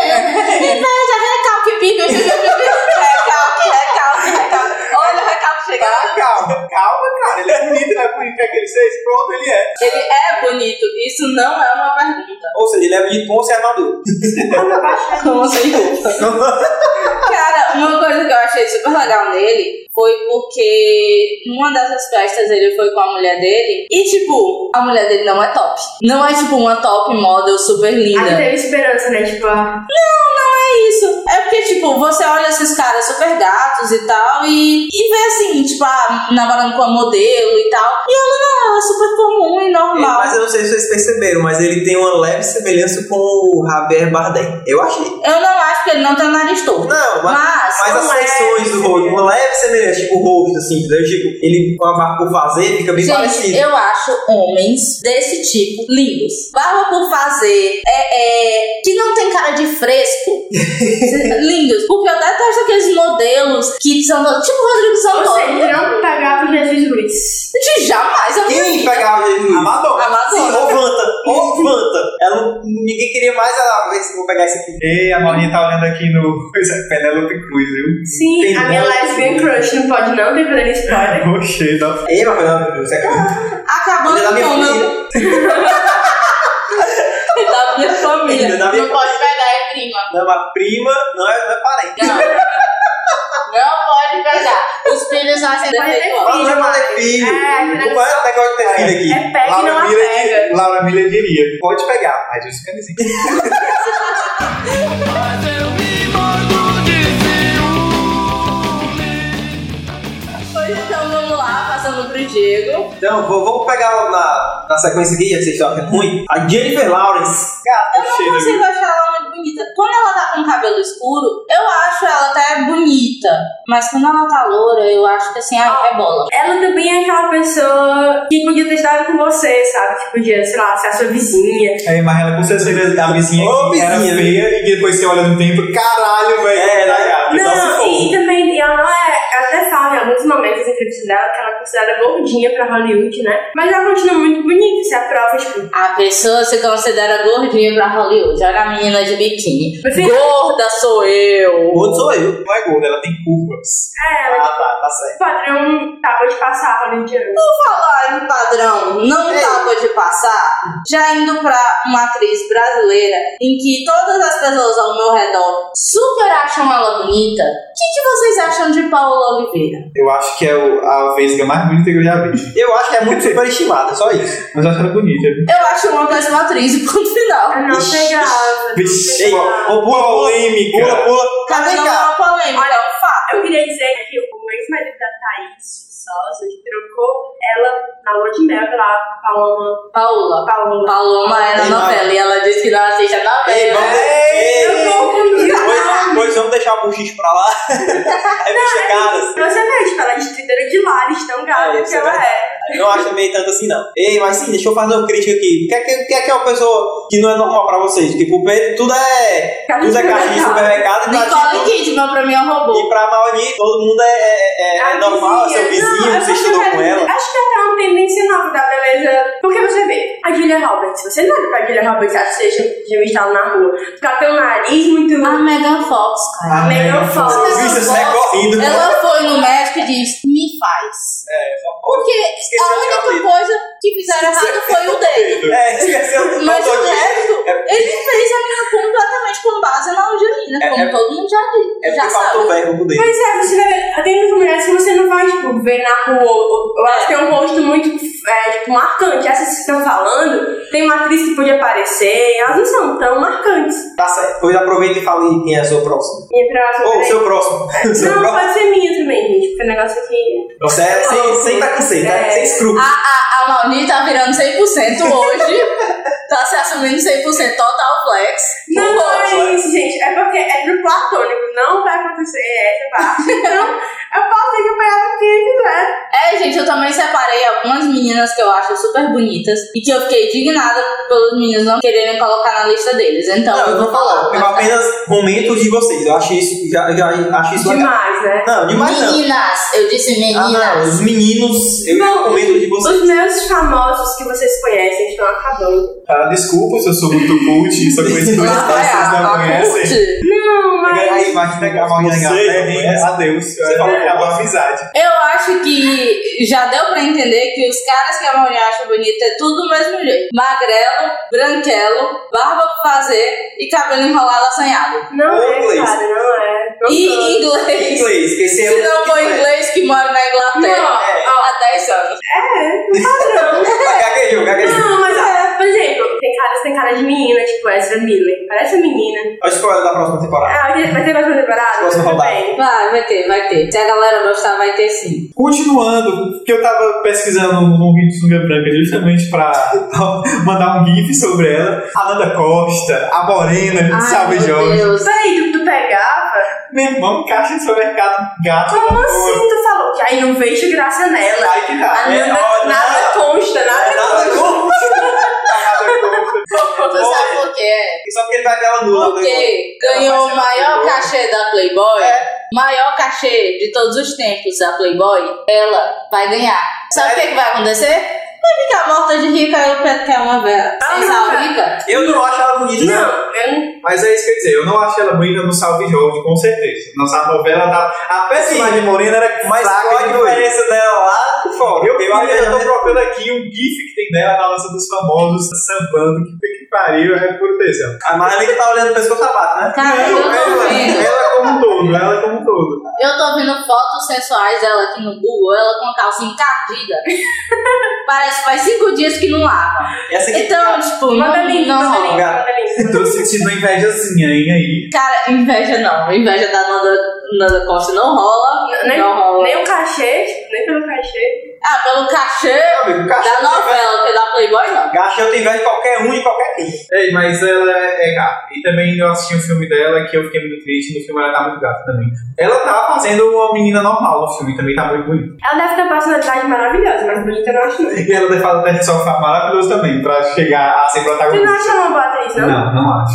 S1: veja, recalque, pica. Recalque, recalque, recalque.
S9: Olha o recado chegando.
S3: Ah, calma, calma, cara. Ele é bonito, né? Por que é que ele fez? Pronto, ele é.
S1: Ele é bonito, isso não é uma pergunta.
S2: Ou seja, ele é bonito com armadura.
S1: Como sem roupa. Cara, uma coisa que eu achei super legal nele foi porque numa dessas festas ele foi com a mulher dele e, tipo, a mulher dele não é top. Não é, tipo, uma top model super
S4: Aqui
S1: linda.
S4: teve esperança, né? Tipo, a-
S1: É isso. É porque, tipo, você olha esses caras super gatos e tal, e, e vê assim, tipo, ah, namorando com a modelo e tal. E ela não, ela é super comum e normal.
S2: Mas eu não sei se vocês perceberam, mas ele tem uma leve semelhança com o Javier Bardem. Eu achei.
S1: Eu não acho que ele não tem o nariz todo.
S2: Não, mas,
S1: Mas,
S2: mas as
S4: uma leve
S2: feições do rosto, uma leve semelhança, tipo o rosto, assim, entendeu? Tipo, ele com a barba por fazer fica bem parecido.
S1: Gente, eu acho homens desse tipo lindos. Barba por fazer, é, é, que não tem cara de fresco. lindos. Porque eu detesto é aqueles modelos que são. Tipo o Rodrigo
S4: Ou seja,
S1: Santoro.
S4: ele não pagava o Jesus Luiz.
S1: De jamais a
S2: Quem pegava ele?
S3: Amador.
S1: A Madonna.
S2: Ou Vanta, ou Vanta. Ela não- ninguém queria mais ela. Vê se eu vou pegar esse aqui.
S3: Ei, a Maurinha tá olhando aqui no Pois é, Penélope Cruz, viu?
S4: Sim,
S2: Tem
S4: a minha
S2: não.
S4: lesbian crush não pode não ter poder spoiler.
S3: Oxê, dá
S2: Ei, mas não, você é cara.
S1: Acabando
S2: Ele é da minha
S1: com o meu.
S2: família.
S1: Da minha
S2: Ele
S1: família.
S2: é da
S1: Não
S2: minha
S1: pode pegar, é prima.
S2: Não, a prima não é, não é parente.
S1: Não. Não pode pegar. Os filhos nascem
S4: Pode ter
S1: defeituosos.
S2: Mas não é pra ter filho.
S4: É,
S2: O pai é o negócio de ter filho aqui.
S4: É pega e não
S3: Laura Miller,
S4: apega.
S3: Laura Miller diria: pode pegar, mas usa camisinha.
S1: Pois então vamos lá, passando pro Diego.
S2: Então, vou- vamos pegar logo na, na sequência aqui, já que vocês estão achando ruim. A Jennifer Lawrence. Cara,
S1: Eu não consigo achar ela muito bonita. Quando ela tá com cabelo escuro, eu acho ela até bonita. Mas quando ela tá loura, eu acho que assim, ah, é bola.
S4: Ela também é aquela pessoa que podia ter estado com você, sabe? Que podia, sei lá, ser a sua vizinha.
S3: É, mas ela com certeza a vizinha
S2: Ô,
S3: que era
S2: vizinha, né?
S3: feia e depois você olha no tempo, caralho, velho.
S2: É,
S3: tá
S2: né?
S3: gata, tá
S4: Não,
S3: suposto.
S4: e, e também ela não é. Ela até fala em alguns momentos da entrevista dela que ela é considerada gordinha pra Hollywood, né? Mas ela continua muito bonita, se aprova, tipo.
S1: A pessoa se considera gordinha pra Hollywood. Olha a menina de biquíni.
S4: Mas fica-
S1: Gorda sou eu.
S2: o outro sou eu.
S3: Não é gorda, ela tem curvas.
S4: É, ela
S2: Ah, tá, tá certo.
S4: o padrão acaba de passar é a hollywoodiana.
S1: falar em padrão não
S4: É.
S1: dava de passar, já indo pra uma atriz brasileira em que todas as pessoas ao meu redor super acham ela bonita, o que, que vocês acham de Paula Oliveira?
S3: Eu acho que é o- a vesga mais bonita que eu já vi.
S2: Eu acho que é muito superestimada, só isso.
S3: Mas eu acho ela é bonita, viu?
S1: Eu acho uma péssima atriz e ponto final.
S4: Eu É, não
S2: Ixi,
S4: pegava.
S3: Vixe,
S2: Ei,
S3: pula,
S2: pula, pula,
S3: polêmica.
S2: Pula, pula.
S1: Mas
S2: Mas
S1: não
S2: vem
S1: é
S2: cá.
S1: uma polêmica,
S4: Tá Olha,
S1: é um fato.
S4: Eu queria dizer que o ex-marido da Thaís Sosa trocou ela na lua de mel pela Paloma.
S1: Paula.
S4: Paloma.
S1: Paloma é na
S2: Ei,
S1: novela e ela disse que não assiste a
S4: É
S2: Ei, vamos.
S1: novela.
S2: Ei,
S4: confundi.
S2: Pois, pois vamos deixar o buchicho pra lá. É bicha caras.
S4: Você vê, tipo, ela é distritora de lares, tão gata
S2: É,
S4: que
S2: isso é
S4: ela é.
S2: Não acho meio tanto assim, não. Ei, mas sim, deixa eu fazer uma crítica aqui. O que é que, o que, é, que é uma pessoa que não é normal pra vocês? Porque pro Pedro tudo é.
S4: Carne
S2: Tudo é
S4: de
S2: caixa de
S4: supermercado.
S2: supermercado e pra
S1: Nicole
S2: ti,
S1: Kidman pra mim é um robô.
S2: E pra Mauri, todo mundo é, é, é, é
S4: A
S2: normal, é
S4: vizinha.
S2: seu vizinho,
S4: Não,
S2: você
S4: eu acho
S2: estudou
S4: que
S2: com
S4: é-
S2: ela.
S4: Acho que até é uma tendência nova da beleza. Porque você vê, a Julia Roberts, você não olha pra Julia Roberts e acha que você já viu ela na rua. Porque ela tem um nariz muito.
S1: A Megan Fox, cara.
S3: Ah,
S4: melhor
S3: né?
S4: forma.
S2: Eu vi isso é corrido.
S1: Ela foi no médico e disse, me faz.
S2: é
S1: Porque
S2: Esqueceu de
S1: a única
S2: cabelo.
S1: coisa que fizeram errado foi o dedo.
S2: É, esqueceu.
S1: Mas
S2: faltou
S1: o
S2: aqui.
S1: resto, ele fez a menina como
S2: É-
S1: todo mundo já,
S2: É
S1: já
S2: porque
S1: sabe.
S2: faltou verbo dele.
S4: Pois é, você vai ver. Tem muitas mulheres que você não vai, tipo, ver na rua. ou- ou Elas têm um rosto muito, é, tipo, marcante. Essas que estão falando, tem uma atriz que podia aparecer. Elas não são tão marcantes.
S2: Tá certo. Pois aproveita e fala aí quem é a sua próxima.
S4: Minha próxima.
S2: Ou
S4: peraí.
S2: seu próximo. Seu
S4: Não,
S2: próximo.
S4: pode ser minha também, gente. Porque o negócio é aqui.
S2: Certo? é Sem, sem preconceito, né?
S4: É.
S2: Sem escrúpulos.
S1: A, a, a Mauni tá virando 100% hoje. tá se assumindo 100% total flex.
S4: Não,
S1: Vamos lá,
S4: não é isso, gente. É porque é pro platônico. Não vai acontecer essa parte. Então, eu posso acompanhar né? quem quiser.
S1: É, gente, eu também separei algumas meninas que eu acho super bonitas e que eu fiquei indignada pelos meninos não quererem colocar na lista deles. Então,
S2: Não,
S1: eu vou falar.
S2: Eu apenas comento de vocês. Eu acho isso, já, já acho isso legal.
S4: Demais, né?
S2: Não, demais não.
S1: Meninas, eu disse
S2: Ah,
S1: meninas.
S2: não. Os meninos, eu
S4: Não,
S2: comento de vocês.
S4: Os meus famosos que vocês conhecem estão acabando.
S3: Cara, desculpa se eu sou muito cult, só conheço coisas que
S1: Lá vai
S3: vocês
S1: a-
S3: não
S1: a
S3: conhecem.
S1: cult.
S4: Não, mas.
S2: Aí vai pegar uma
S3: Você
S2: legal.
S3: não conhece?
S2: né?
S3: Adeus. É. Você
S2: falou
S3: falou
S2: que
S3: que
S2: acabou
S3: a amizade.
S1: Eu acho que já deu pra entender que os caras que a Mauri acha bonita é tudo do mesmo jeito. Magrelo, branquelo, barba pra fazer e cabelo enrolado assanhado.
S4: Não
S2: Ou
S4: é,
S2: inglês.
S4: cara, não é. Não
S1: E
S4: sou.
S1: inglês.
S2: Inglês, esqueci.
S1: Se não for inglês que mora na Inglaterra
S4: Não, é.
S1: há 10 anos.
S2: Gaguejou, gaguejou.
S4: Não, mas, ó, por exemplo, tem caras tem cara de menina, tipo Ezra Miller. Parece menina.
S2: Olha o spoiler da próxima temporada.
S4: Ah, vai ter, vai ter mais uma temporada?
S2: Próxima
S4: Tudo
S2: rodada.
S4: bem.
S1: Vai, vai ter, vai ter. Se a galera gostar, vai ter sim.
S3: Continuando, porque eu tava pesquisando um vídeo de sunga branca justamente pra mandar um gif sobre ela. Ananda Costa, a Morena,
S1: Ai,
S3: Salve
S1: meu
S3: Jorge.
S1: Deus.
S4: Peraí, tu, tu pegava?
S3: Meu irmão, caixa de supermercado, gato.
S4: Como assim tu falou? Que aí não vejo graça nela.
S3: Aí que tá.
S4: A
S3: né?
S4: Nanda-
S2: É, olha,
S4: nada consta, nada
S2: Nada contra.
S1: Tu sabe por quê?
S2: Só porque ele vai ver ela nua. né?
S1: Porque ganhou o maior cachê da Playboy,
S4: É.
S1: maior cachê de todos os tempos da Playboy, ela vai ganhar. Sabe o que, que vai acontecer? Vai ficar morta de rica e o Pedro quer é uma vela.
S4: Ah,
S1: Sem sal rica?
S2: Eu não acho ela bonita, não.
S4: Não, eu não.
S3: Mas é isso que eu ia dizer, eu não acho ela bonita no Salve Jorge, com certeza. Nossa novela da. A personagem morena era
S2: Mas
S3: fraca
S2: qual a
S3: de doer.
S2: diferença dela lá fora?
S3: Eu, eu,
S2: acho
S3: eu tô
S2: que
S3: procurando aqui um gif que tem dela na lança dos famosos sambando, que que pariu, é por tesão.
S2: A Marlene tá olhando o pescoço sapato, né?
S1: Cara, eu tô
S3: ela,
S2: é
S1: vendo.
S3: ela como um todo, ela como um todo.
S1: Eu tô vendo fotos sensuais dela aqui no Google, ela com a calça encardida. Parece que faz cinco dias que não lava.
S2: Essa aqui
S4: tá
S1: Então, tipo,
S4: Manda
S1: não,
S4: link,
S1: não
S4: manda link,
S1: rola.
S4: manda link.
S2: Então, assim,
S3: Tô sentindo uma invejazinha, hein, aí.
S1: Cara, inveja não. Inveja da Nanda, Nanda Costa não rola.
S4: Nem,
S1: não rola.
S4: nem o cachê, tipo, nem pelo cachê.
S1: Ah, pelo cachê
S2: amigo, cachê
S1: da
S2: não
S1: novela, que é da Playboy não.
S2: tá Gacha eu tenho inveja de qualquer um e qualquer quem.
S3: É, mas ela é gata. E também eu assisti um filme dela que eu fiquei muito triste, no filme ela tá muito gata também. Ela tá fazendo uma menina normal no filme, também tá muito bonita.
S4: Ela deve ter uma personalidade maravilhosa, mas bonita eu não acho não.
S3: E ela deve fazer um teste de sofá maravilhoso também, pra chegar a ser
S4: Você não
S3: protagonista.
S4: acha ela uma boa atriz, não?
S3: Não, não acho.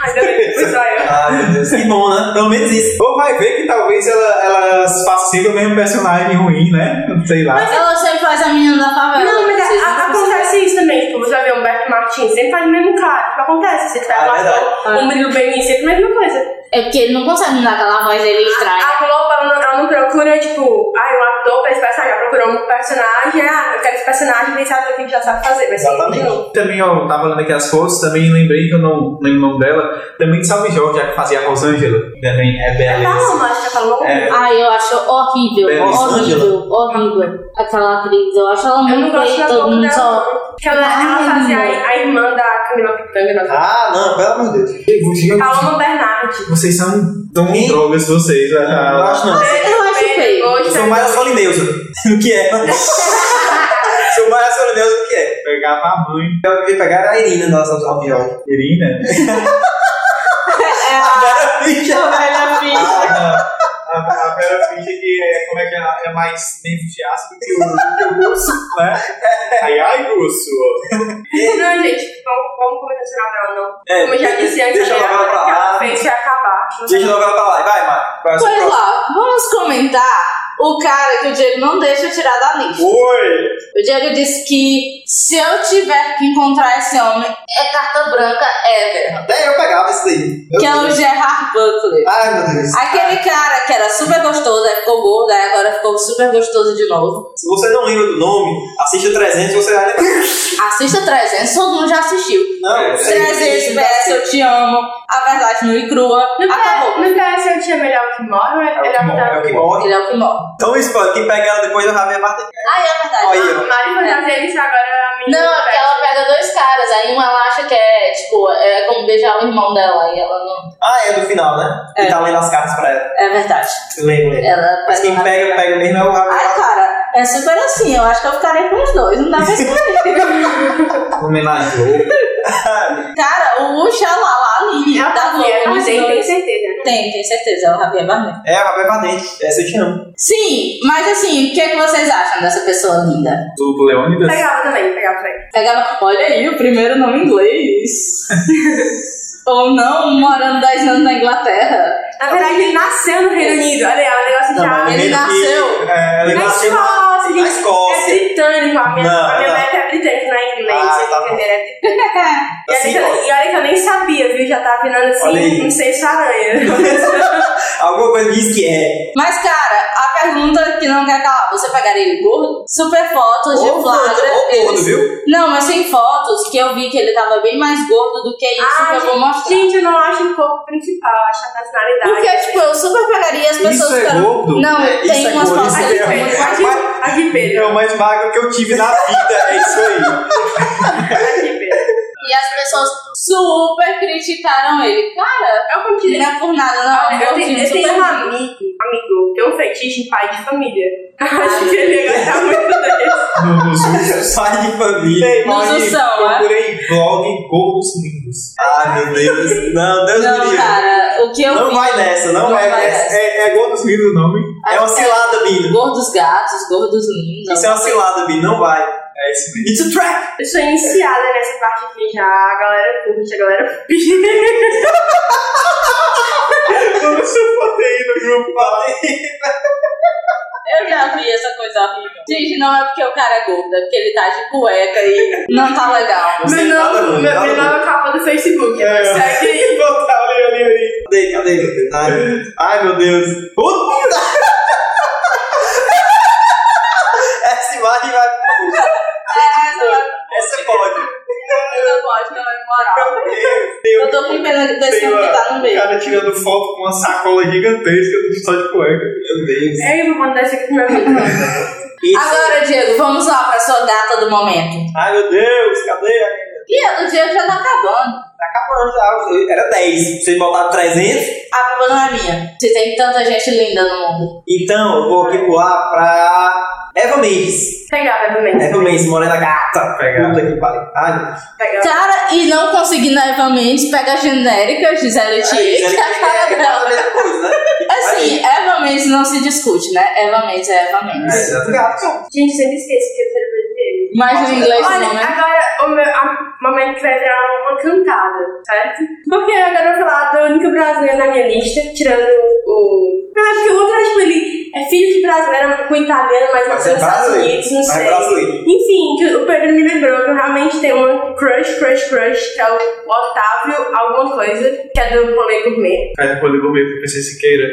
S4: Mas eu fui só eu.
S2: Ah, meu Deus. Que bom, né? Pelo menos isso.
S3: Ou vai ver que talvez ela, ela faça sempre o mesmo personagem ruim, né? Sei lá.
S1: Ela sempre faz a menina da favela.
S4: Não, mas
S1: Ah, vocês
S4: a- a-
S1: precisam-
S4: acontece isso também. Tipo, você vai ver o Humberto Martins, sempre faz o mesmo cara. Tipo, acontece. Você
S2: Ah,
S4: tá
S2: verdade.
S4: lá, o Murilo Benin, sempre a mesma coisa.
S1: É porque ele não consegue mudar aquela voz dele estranha.
S4: A Globo, ela não, ela não procura, tipo, ai, o ator pra esse personagem. Ela procurou um personagem, ah, eu quero esse personagem, tem esse ator que a gente já sabe fazer. Mas
S2: Exatamente.
S4: não.
S3: Também eu tava olhando aqui as fotos, também lembrei que eu não lembro o nome dela. Também de Salve Jorge, a que fazia a Rosângela.
S2: Também é
S4: Tá,
S2: beleza.
S4: mas já falou.
S2: É.
S1: Ai, eu acho horrível,
S2: Bela
S1: horrível, horrível. Aquela atriz, eu acho ela
S4: Eu não
S1: muito
S4: gosto
S1: feia,
S4: da
S1: todo
S4: Globo
S1: mundo
S4: dela.
S1: só.
S4: não. Que ela, ela
S1: Ai,
S4: fazia
S1: meu.
S4: a, a irmã da Camila Pitanga. da-
S2: Ah, não, pelo amor de Deus.
S4: Paloma Bernardi.
S3: Vocês são tão
S2: Hein?
S3: drogas, vocês. né?
S2: Eu acho não.
S1: Eu acho feio.
S2: Eu sou mais assim. a Solineusa do que ela. sou mais a Solineusa do que ela.
S3: Pegava a mãe,
S2: Eu queria pegar a Irina da nossa Albiol.
S3: Irina. Ah, A ah, a Vera Fischer que é, como é que ela é mais tempo de aço do que o, que o urso, né? Ai, ai, urso.
S4: Não, gente, vamos, vamos começar esse novela, não.
S2: É,
S4: Como eu já disse antes,
S2: deixa
S4: a
S2: eu
S4: primeira
S2: levar
S4: coisa
S2: pra
S4: que
S2: lá.
S4: ela fez foi acabar.
S2: Deixa eu logo ela pra lá. Vai, Mari. Qual é o seu
S1: Pois
S2: próximo?
S1: lá, vamos comentar o cara que o Diego não deixa eu tirar da lista.
S2: Oi!
S1: O Diego disse que se eu tiver que encontrar esse homem, é carta branca ever.
S2: Até eu pegava isso daí. Meu
S1: Que é o
S2: Deus.
S1: Gerard Butler.
S2: Ai, meu Deus.
S1: Aquele cara que era super gostoso, aí ficou gordo, aí agora ficou super gostoso de novo.
S2: Se você não lembra do nome, assista 300 você vai lembrar.
S1: Assista 300, todo mundo já assistiu.
S2: Não, é você-
S1: 300 PS, eu te amo. A verdade nua e crua.
S4: No
S1: Acabou.
S4: PS, no PS eu tinha melhor que mora, tá
S2: É o que
S4: melhor
S2: morre, é o que
S4: que
S2: morre.
S1: Ele é o que morre.
S2: Então, isso, pô, quem pegar ela depois eu já vai bater.
S1: Ah, é verdade.
S2: Olha
S4: da. Mari vai fazer isso agora, a menina.
S1: Não, é
S4: do
S1: porque
S4: PS.
S1: ela pega dois caras, aí uma ela acha que é, tipo, é como beijar o irmão dela, e ela não.
S2: Ah, é do final, né? Que
S1: É.
S2: tá lendo as cartas pra ela.
S1: É verdade.
S2: Lembro, lembro.
S1: Ela
S2: Mas quem pega, pega mesmo é o
S1: Ai,
S2: Rafael.
S1: cara, é super assim, eu acho que eu ficaria com os dois, não dá pra escolher.
S2: Homenageou.
S1: cara, o Uxalala ali,
S4: É o
S1: da Globo,
S4: Javier,
S1: os
S4: mas tem, tem
S1: dois.
S4: certeza. né?
S1: Tem, tem certeza, é o Javier Barnet.
S2: É, o Rafael Patente. Essa eu te amo.
S1: Sim, mas assim, o que, é que vocês acham dessa pessoa linda?
S3: Do, do Leônidas?
S4: Pegava também, pegava também.
S1: Pegava, olha aí, o primeiro nome em inglês. Ou não, morando 10 anos na Inglaterra.
S4: Na verdade, ele nasceu no Reino Unido. Olha, é um negócio
S2: Não, mas
S4: já.
S1: Ele nasceu.
S2: É, ele
S4: Na
S2: nasceu na-
S4: Escócia, gente.
S2: na Escócia.
S4: É britânico. A minha,
S2: Não,
S4: a minha
S2: não.
S4: meta é britânica, não é inglês.
S2: Ah, tá bom.
S4: entendeu? É E olha,
S2: Assim,
S4: que eu,
S2: ó.
S4: e olha que eu nem sabia, viu? Já tá virando
S2: Olha aí.
S4: assim, um senso aranha.
S2: Alguma coisa diz que é.
S1: Mas, cara, a pergunta que não quer calar, você pegaria ele gordo? Super fotos de
S2: Ou gordo,
S1: flagra.
S2: ou gordo,
S1: eles-
S2: viu?
S1: Não, mas tem fotos que eu vi que ele tava bem mais gordo do que isso que
S4: ah,
S1: eu vou
S4: gente,
S1: mostrar.
S4: gente, eu não acho o corpo principal, eu acho a personalidade.
S1: Porque, tipo, eu super pegaria as pessoas
S3: Isso é
S1: ficaram-
S3: gordo?
S1: Não,
S2: É,
S1: tem
S2: isso é
S1: umas
S2: gordo,
S1: fotos
S2: isso
S1: que
S2: é
S1: são
S2: gordo.
S1: muito mais
S4: aqui,
S1: gordas.
S4: aqui,
S3: É o
S4: Pedro.
S3: mais magro que eu tive na vida, é isso
S2: Então,
S3: aí.
S4: Aqui, Pedro.
S1: E as pessoas super criticaram ele. Cara,
S4: É o contigo.
S1: não é por nada, não.
S4: Olha, eu
S1: gordinho,
S4: tenho, eu tenho
S1: super
S4: um
S1: gordo.
S4: amigo, amigo, tem um fetiche em pai de família. Acho que ele ia gostar muito dele.
S3: No, nos últimos.
S2: Pai de família.
S3: Ei, mas
S1: Nos ução,
S3: procurei blog Gordos Lindos.
S2: Ai, Ah, meu Deus. Não, Deus me
S1: Não,
S2: livre.
S1: cara, o que eu
S2: Não
S1: vi-
S2: vai nessa, não,
S1: Não
S2: vai
S1: vai
S2: nessa.
S3: É, é Gordos Lindos o nome?
S2: É uma cilada, Bino.
S1: Gordos gatos, gordos lindos.
S2: Isso é uma cilada, Bino. Não vai.
S3: É esse mesmo.
S2: It's a trap.
S4: Eu sou iniciada nessa parte aqui já. A galera curte, a galera curte.
S3: Eu sou proteína, grupo.
S2: é
S1: Eu já vi essa coisa horrível. Gente, não é porque o cara é gordo, é porque ele tá de cueca e não tá legal.
S2: sei
S4: Meu
S2: nada,
S4: nome,
S2: não,
S4: meu
S2: nada,
S4: meu
S2: não.
S4: nome é capa do Facebook.
S3: É.
S4: Segue aí.
S3: Botar ali, ali, ali.
S2: Cadê, cadê? Ai, ai, meu Deus. Puta! Essa imagem vai.
S1: Essa
S2: Essa é pode.
S1: coisa pode, não é moral.
S3: Meu Deus.
S1: Eu tô com pena desse
S3: Tem
S1: homem que tá
S3: uma,
S1: no
S3: um
S1: meio.
S3: cara tirando foto com uma sacola gigantesca só de cueca.
S2: Meu Deus.
S4: É, eu vou mandar isso aqui pro meu amigo.
S1: Agora, Diego, vamos lá pra sua data do momento.
S2: Ai, meu Deus. Cadê?
S1: E a do Diego já tá acabando.
S2: Tá acabando já. Era 10. Vocês botaram 300.
S1: A culpa não é minha. Se tem tanta gente linda no mundo.
S2: Então, eu vou aqui pular pra. Eva Mendes.
S4: Pegava, né? realmente.
S2: Eva Mendes, morena gata. Puta que pariu. Ai, meu Deus.
S4: Pegava.
S1: Cara, e não conseguir na Eva Mendes, pega a genérica Gisele Thier, que é a cara dela. Assim, Eva Mendes não se discute, né? Eva Mendes é Eva Mendes.
S4: Gente, sempre esqueço que eu sou brasileiro.
S1: Mas no inglês
S4: Olha,
S1: não, né?
S4: agora o meu a- o momento que vai virar uma cantada, certo? Porque agora eu vou falar da única brasileira na minha lista, tirando o. Eu acho que o outro, é, tipo, ele é filho de brasileira com italiano,
S2: Mas
S4: mas nasceu
S2: é
S4: nos Estados
S2: brasileiro.
S4: Unidos, não
S2: Mas é
S4: sei.
S2: brasileiro.
S4: Enfim, que o Pedro me lembrou que eu realmente tenho uma crush, crush, crush, que é o Otávio alguma coisa, que é do Rolê Gourmet.
S3: Cara, eu vou comer pro PC Siqueira.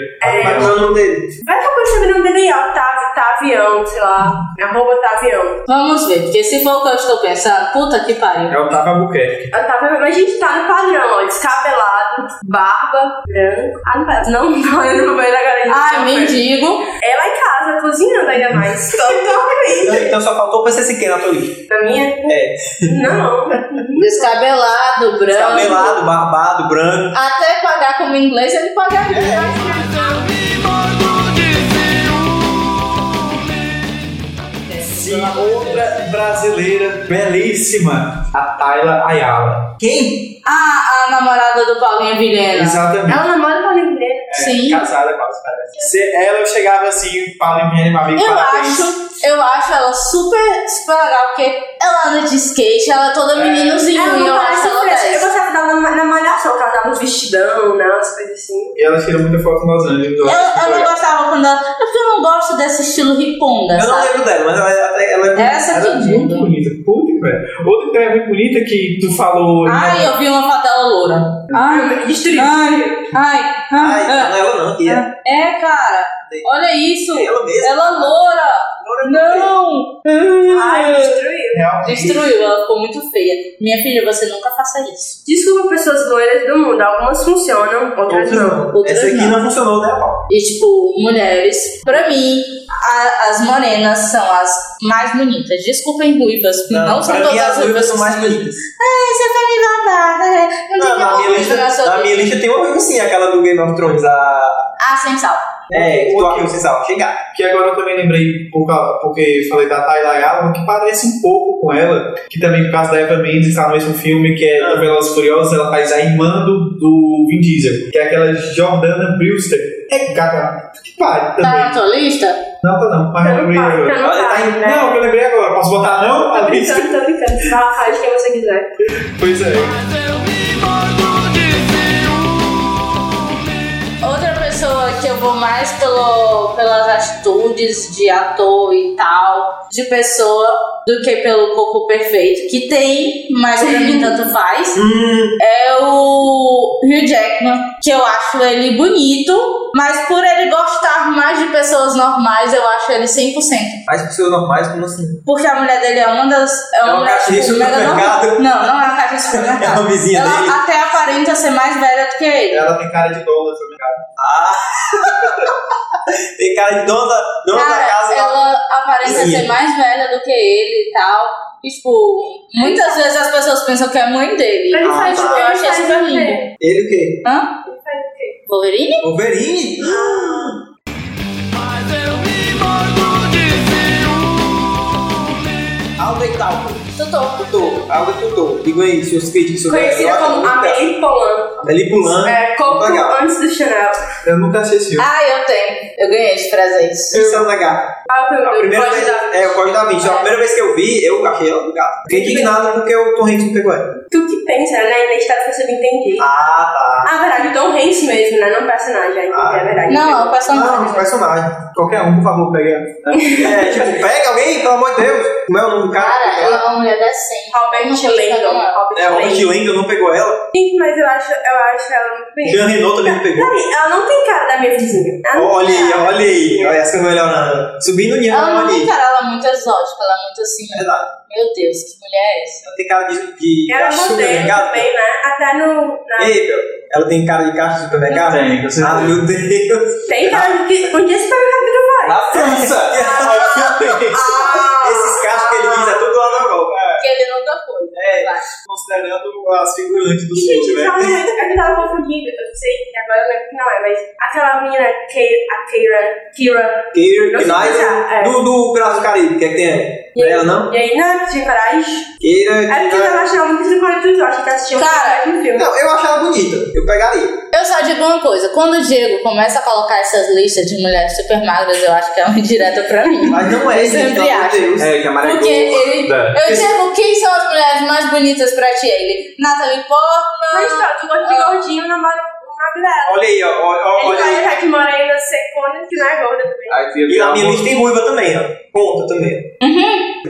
S2: Mas não é o nome dele.
S4: Vai acabar sabendo o nome dele, é Otávio, Tavião, sei lá, tá arroba Tavião.
S1: Vamos ver, porque se for o que eu estou pensando, puta que pariu.
S3: É o Tava Albuquerque.
S4: Eu tava, mas a gente tá no padrão, ó, descabelado, barba, branco. Ah, não parece. Não, não, eu não vou ver agora. gente,
S1: Ai,
S4: não foi.
S1: mendigo.
S4: Ela é em casa, cozinhando ainda mais. Totalmente.
S2: Então só faltou o PC Siqueira na tua lista.
S4: Pra minha?
S2: É.
S4: Não.
S1: Descabelado, branco.
S2: Cabelado, barbado, branco.
S1: Até pagar como inglês, ele pagaria.
S3: E outra brasileira belíssima, a Tayla Ayala.
S2: Quem?
S1: Ah, a namorada do Paulinho Vilhena.
S3: Exatamente.
S4: Ela namora com a Lindena.
S3: é.
S1: Sim.
S3: Casada quase, parece. Se ela chegava assim, para minha meu amigo,
S1: Eu
S3: parabéns.
S1: acho, eu acho ela super, super legal, porque ela anda de skate, ela é toda meninozinho
S4: Ela
S1: e eu
S4: não parece
S1: acho ela
S4: fresca. Eu
S1: dessa.
S4: gostava dela na, na malhação, que ela tava uns vestidão, né? Umas coisas assim.
S3: E ela tira muita foto em Los Angeles.
S1: Eu,
S3: Eu, acho
S1: eu
S3: isso
S1: não
S3: legal.
S1: gostava quando ela. É porque eu não gosto desse estilo riponga,
S2: Eu não
S1: sabe?
S2: lembro dela, mas ela, ela, ela é bonita.
S1: Essa
S3: Ela é
S1: que
S3: muito
S1: digo.
S3: bonita. Puta que pariu. Outra que é muito bonita que tu falou.
S1: Ai, eu vi uma foto dela loura. Ai,
S4: Hum, Destruiu.
S1: ai, ai,
S2: Ai,
S1: ai.
S2: não é ela não, que é.
S1: ah. É, cara. Olha isso.
S2: É ela mesma.
S1: Ela loura.
S2: Loura
S1: Não.
S4: Ai, destruiu.
S3: Realmente.
S1: Destruiu, ela ficou muito feia. Minha filha, você nunca faça isso.
S4: Desculpa, pessoas loiras do mundo. Algumas funcionam, outras não.
S1: Outras
S2: Essa aqui não funcionou, né, Paulo?
S1: E, tipo, mulheres, pra mim, a- as morenas são as mais bonitas. Desculpem ruivas, porque não, são
S2: pra mim
S1: todas
S2: as ruivas são
S1: que
S2: mais
S1: bonitas.
S2: bonitas.
S1: Ah, você tá me babada, né? Não
S2: Não,
S1: tem
S2: na
S1: nenhuma
S2: minha
S1: ruiva na
S2: lista,
S1: sua
S2: na
S1: vida.
S2: minha lista tem uma ruiva sim, aquela do Game of Thrones, a...
S1: Ah, sem sal.
S2: É, do Arquivo Sensal, chegar.
S3: Que agora eu também lembrei, por causa- porque falei da Tayla Gallagher, que parece um pouco com ela, que também por causa da Eva Mendes está no mesmo filme, que
S1: Ah.
S3: é do Velozes e Furiosos, ela faz a irmã do, do Vin Diesel, que é aquela Jordana Brewster. É cara, que pare
S1: Tá na
S3: também.
S1: tua lista?
S3: Não, tá não, mas
S4: Tá
S3: eu
S4: no
S3: lembrei
S4: par,
S3: agora.
S4: tá no
S3: Olha, tá
S4: par,
S3: em-
S4: né?
S3: Não, que eu lembrei agora. Posso botar não?
S1: Tá
S4: Tô
S3: A lista?
S4: brincando, tô brincando. Fala, faz quem você quiser.
S3: Pois é.
S1: Outra pessoa que eu vou mais pelo, pelas atitudes de ator e tal, de pessoa, do que pelo corpo perfeito, que tem, mas pra mim tanto faz,
S2: Hum.
S1: é o Hugh Jackman, que eu acho ele bonito, mas por ele gostar mais de pessoas normais, eu acho ele 100%.
S2: Mas pessoas normais, como assim?
S1: Porque a mulher dele é uma das. É
S2: uma
S1: mulher,
S2: caixa de
S1: tipo, mega
S2: supermercado.
S1: normal. Não, não é uma caixa de supermercado.
S2: É uma vizinha
S1: Ela
S2: dele. É.
S1: até aparenta ser mais velha do que ele.
S3: Ela tem cara de dólar também, cara.
S2: Ah! Tem cara de dona, dona da
S1: Cara,
S2: casa.
S1: ela aparenta
S2: Vizinha.
S1: ser mais velha do que ele e tal. E, tipo, muitas
S4: Então-
S1: vezes as pessoas pensam que é mãe dele.
S4: Ele
S1: Mas,
S4: faz-
S1: tipo, eu
S4: ele
S1: achei
S4: faz
S1: super
S4: o quê?
S1: lindo.
S2: Ele o quê?
S1: Hã? Wolverine?
S2: Wolverine? Ah! Alda e Talco.
S1: Tutor.
S2: é Tutor. Alda e Tutor. Digam aí seus críticos sobre
S4: Conhecida
S2: ela. Eu
S4: como
S2: acho muito
S4: Amélie Polan.
S2: legal. Ele pulando.
S4: É, Coco
S2: muito legal.
S4: antes do Chanel.
S3: Eu nunca assisti.
S1: Ah, eu tenho. Eu ganhei de presente.
S2: Isso é legal.
S4: Ah, o
S2: A
S4: primeiro
S2: primeira
S4: pode
S2: vez,
S4: dar.
S2: é, o Código da Vinci. A primeira vez que eu vi, eu achei ela do gato. Fiquei indignado porque o Tom Hanks não pegou ela.
S4: Tu que pensa, né? Identidade que eu subentendi.
S2: Ah, tá.
S4: Ah, verdade, o Tom Hanks mesmo, né? Não o personagem, aí,
S2: Ah.
S4: é verdade.
S1: Não, é o
S2: Não, os
S1: personagem.
S2: personagens.
S3: Qualquer um, por favor, pegue ela.
S2: É, tipo, pega alguém, pelo amor de Deus. Como é o nome do cara?
S1: Cara, ela é uma mulher decente.
S4: Robert
S1: Não precisa
S4: Landon.
S1: não.
S4: Robert
S2: É, o Robert
S4: Landon.
S2: Langdon não pegou ela.
S4: Gente, mas eu acho, eu acho ela muito bonita.
S2: Jean Renault também não pegou.
S4: Peraí, ela não tem cara da minha vizinha. Ela não
S2: Olha
S4: tem
S2: aí,
S4: Ah, cara.
S2: olha aí. Olha essa melhorando. Subindo o nível
S1: Ela não
S2: ali.
S1: tem cara, ela é muito exótica, ela é muito assim.
S2: Verdade.
S1: Meu Deus, que mulher é essa?
S2: Ela tem cara de, de
S4: Ela é
S2: caixa de
S4: modelo
S2: supermercado.
S4: também, né? Até no. na-
S2: Ei, meu, ela tem cara de caixa de supermercado?
S3: Tem, com certeza.
S2: Ah, meu Deus.
S4: Tem cara de que. Um dia esse supermercado
S2: A
S4: vai.
S2: França. Ah! Esses caixas que ele diz é tudo lá na Europa.
S1: Porque ele nunca foi.
S2: É.
S1: Vai.
S3: Considerando as figurantes do
S4: Gente,
S3: sítio, né?
S4: calma aí, é que eu tava confundindo. Eu sei que agora eu lembro que não é, mas aquela menina, Keira, a Keira, Kira.
S2: Keira
S4: Eu sei pensar, é.
S2: Knight do, do Braço do Caribe. O que é que tem? Não é ela, não?
S4: E aí, né? Tinha coragem.
S2: Keira
S4: É porque eu tava
S2: Knight.
S4: achando muito de coragem, eu acho que assistiu um
S1: Cara,
S4: filme.
S2: Não, eu acho ela bonita. Eu pegaria.
S1: Eu só digo uma coisa: quando o Diego começa a colocar essas listas de mulheres super magras, eu acho que é uma indireta pra mim.
S2: Mas não é,
S1: Eu sempre
S2: gente, pelo amor de
S1: acho.
S2: Deus.
S3: É, que a Maria
S1: Porque ele. Eu digo, quem são as mulheres mais bonitas pra ti? Ele, Natalie
S4: Mas
S1: Portman.
S4: tá, tu gosta de gordinho na magrela.
S2: Olha aí, ó. Olha, ó,
S4: Ele
S2: olha
S4: vai
S2: aí.
S4: ficar de morena secona, que não é gorda também.
S3: Aí tu ia
S2: E
S3: virar
S2: na minha
S3: uma-
S2: lista tem ruiva também, ó. Conta também.